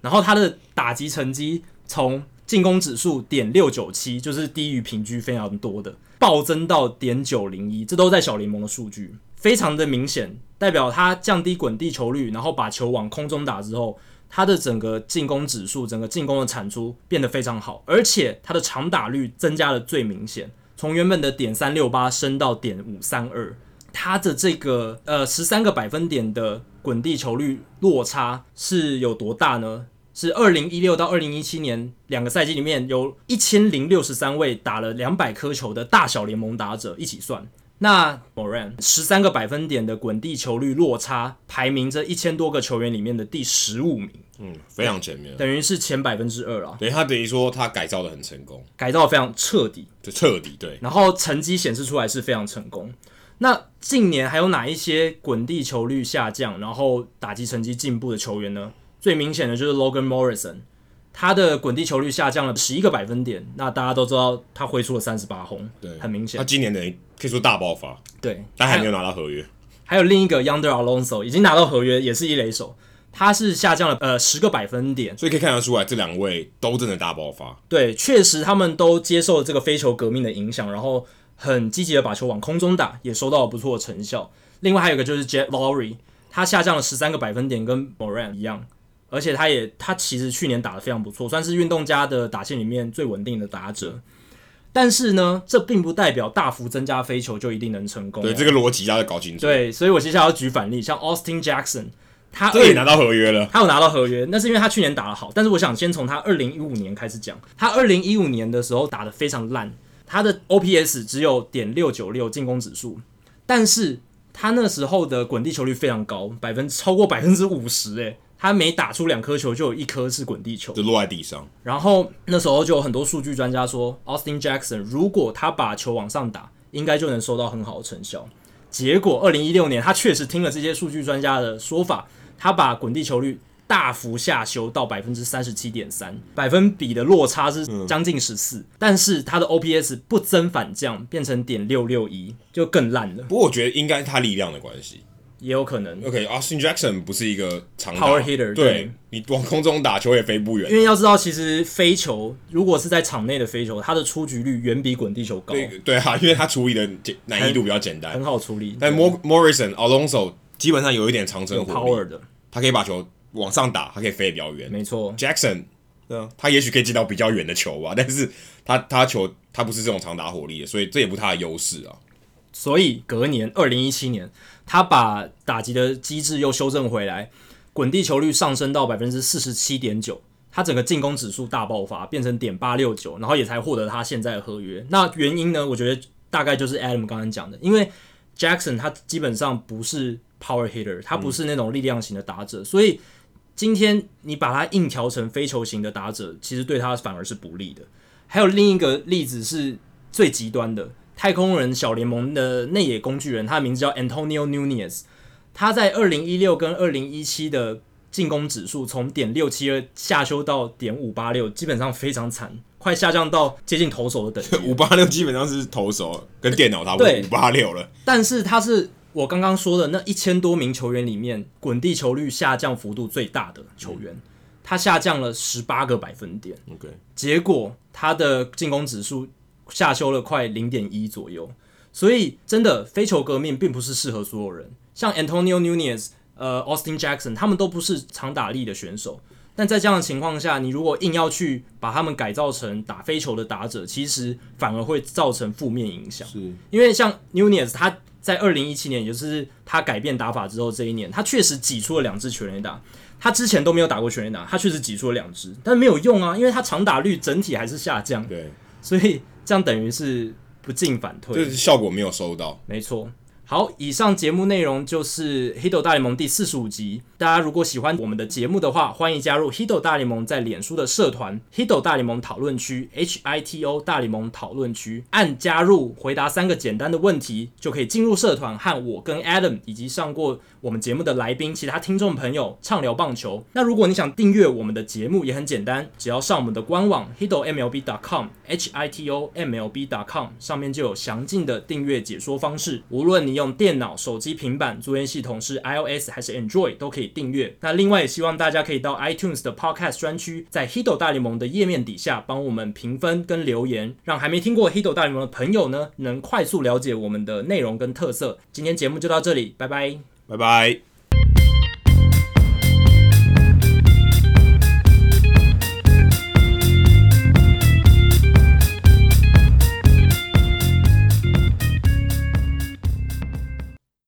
[SPEAKER 2] 然后他的打击成绩从进攻指数点六九七，就是低于平均非常多的，暴增到点九零一，这都在小联盟的数据，非常的明显，代表他降低滚地球率，然后把球往空中打之后，他的整个进攻指数、整个进攻的产出变得非常好，而且他的长打率增加了最明显，从原本的点三六八升到点五三二。他的这个呃十三个百分点的滚地球率落差是有多大呢？是二零一六到二零一七年两个赛季里面，有一千零六十三位打了两百颗球的大小联盟打者一起算。那 Moran 十三个百分点的滚地球率落差，排名这一千多个球员里面的第十五名，
[SPEAKER 1] 嗯，非常全面。
[SPEAKER 2] 等于是前百分之二啊，
[SPEAKER 1] 等于他等于说他改造的很成功，
[SPEAKER 2] 改造得非常彻底。
[SPEAKER 1] 就彻底对。
[SPEAKER 2] 然后成绩显示出来是非常成功。那近年还有哪一些滚地球率下降，然后打击成绩进步的球员呢？最明显的就是 Logan Morrison，他的滚地球率下降了十一个百分点。那大家都知道他挥出了三十八轰，
[SPEAKER 1] 对，
[SPEAKER 2] 很明显
[SPEAKER 1] 他。今年等于可以说大爆发，
[SPEAKER 2] 对，
[SPEAKER 1] 但还没有拿到合约。
[SPEAKER 2] 还有另一个 Yonder Alonso 已经拿到合约，也是一垒手，他是下降了呃十个百分点。
[SPEAKER 1] 所以可以看得出来，这两位都真的大爆发。
[SPEAKER 2] 对，确实他们都接受了这个非球革命的影响，然后很积极的把球往空中打，也收到了不错的成效。另外还有一个就是 Jet Lowry，他下降了十三个百分点，跟 Moran 一样，而且他也他其实去年打得非常不错，算是运动家的打线里面最稳定的打者。但是呢，这并不代表大幅增加飞球就一定能成功哦、
[SPEAKER 1] 对，这个逻辑大家搞清楚。，
[SPEAKER 2] 对，所以我接下来要举反例，像 Austin Jackson，他
[SPEAKER 1] 这个也拿到合约了。
[SPEAKER 2] 他有拿到合约，那是因为他去年打得好。但是我想先从他二零一五年开始讲，他二零一五年的时候打得非常烂，他的 OPS 只有点六九六进攻指数，但是他那时候的滚地球率非常高，百分超过百分之五十，诶，他每打出两颗球就有一颗是滚地球。
[SPEAKER 1] 就落在地上，
[SPEAKER 2] 然后那时候就有很多数据专家说，Austin Jackson 如果他把球往上打，应该就能收到很好的成效。结果二零一六年，他确实听了这些数据专家的说法，他把滚地球率大幅下修到百分之三十七点三，百分比的落差是
[SPEAKER 1] 嗯
[SPEAKER 2] 将近十四、但是他的 OPS 不增反降，变成点六六一，就更烂了，
[SPEAKER 1] 不过我觉得应该是他力量的关系。
[SPEAKER 2] 也有可能。
[SPEAKER 1] OK，Austin、Jackson 不是一个长打
[SPEAKER 2] Power
[SPEAKER 1] 对
[SPEAKER 2] hitter，对
[SPEAKER 1] 你往空中打球也飞不远
[SPEAKER 2] 因。为要知道，其实飞球如果是在场内的飞球，它的出局率远比滚地球高，
[SPEAKER 1] 对对啊，因为他处理的简难易度比较简单
[SPEAKER 2] 很。好处理。
[SPEAKER 1] 但 Mor Morrison Alonso 基本上有一点长
[SPEAKER 2] 有
[SPEAKER 1] 程火力，
[SPEAKER 2] power 的，
[SPEAKER 1] 他可以把球往上打，他可以飞得比较远。
[SPEAKER 2] 没错，
[SPEAKER 1] Jackson 对啊，他也许可以接到比较远的球吧，但是他他球他不是这种长打火力的，所以这也不是他的优势啊。
[SPEAKER 2] 所以隔年二零一七年，他把打击的机制又修正回来，滚地球率上升到百分之四十七点九，他整个进攻指数大爆发，变成点八六九，然后也才获得他现在的合约。那原因呢？我觉得大概就是 Adam 刚刚讲的，因为 Jackson 他基本上不是 power hitter，他不是那种力量型的打者，所以今天你把他硬调成非球型的打者，其实对他反而是不利的。还有另一个例子是最极端的，太空人小联盟的内野工具人，他的名字叫 Antonio Nunez，他在二零一六跟二零一七的进攻指数从点六七二下修到点五八六，基本上非常惨，快下降到接近投手的等级了。
[SPEAKER 1] 五八六基本上是投手跟电脑差不多
[SPEAKER 2] 嗯对
[SPEAKER 1] 五八六了，
[SPEAKER 2] 但是他是我刚刚说的那一千多名球员里面，滚地球率下降幅度最大的球员，他下降了十八个百分点，
[SPEAKER 1] OK，
[SPEAKER 2] 结果他的进攻指数下修了快零点一左右。所以真的非球革命并不是适合所有人，像 Antonio Nunez、呃 Austin Jackson 他们都不是长打力的选手。但在这样的情况下，你如果硬要去把他们改造成打飞球的打者，其实反而会造成负面影响。
[SPEAKER 1] 是
[SPEAKER 2] 因为像 Nunez 他在二零一七年，也就是他改变打法之后这一年，他确实挤出了两支全垒打。他之前都没有打过全垒打，他确实挤出了两支，但没有用啊，因为他长打率整体还是下降，
[SPEAKER 1] 对，
[SPEAKER 2] 所以这样等于是不进反退。
[SPEAKER 1] 就是效果没有收到。
[SPEAKER 2] 没错。好，以上节目内容就是《Hido 大联盟》第四十五集。大家如果喜欢我们的节目的话，欢迎加入《Hido 大联盟》在脸书的社团《Hido 大联盟讨论区》（H I T O 大联盟讨论区），按加入，回答三个简单的问题，就可以进入社团，和我跟 Adam 以及上过我们节目的来宾、其他听众朋友畅聊棒球。那如果你想订阅我们的节目，也很简单，只要上我们的官网 hido mlb.com h i t o m l b.com 上面就有详尽的订阅解说方式。无论你用电脑、手机、平板、作业系统是 iOS 还是 Android，都可以订阅。那另外也希望大家可以到 iTunes 的 Podcast 专区，在 hido 大联盟的页面底下帮我们评分跟留言，让还没听过 hido 大联盟的朋友呢，能快速了解我们的内容跟特色。今天节目就到这里，拜拜。
[SPEAKER 1] 拜拜。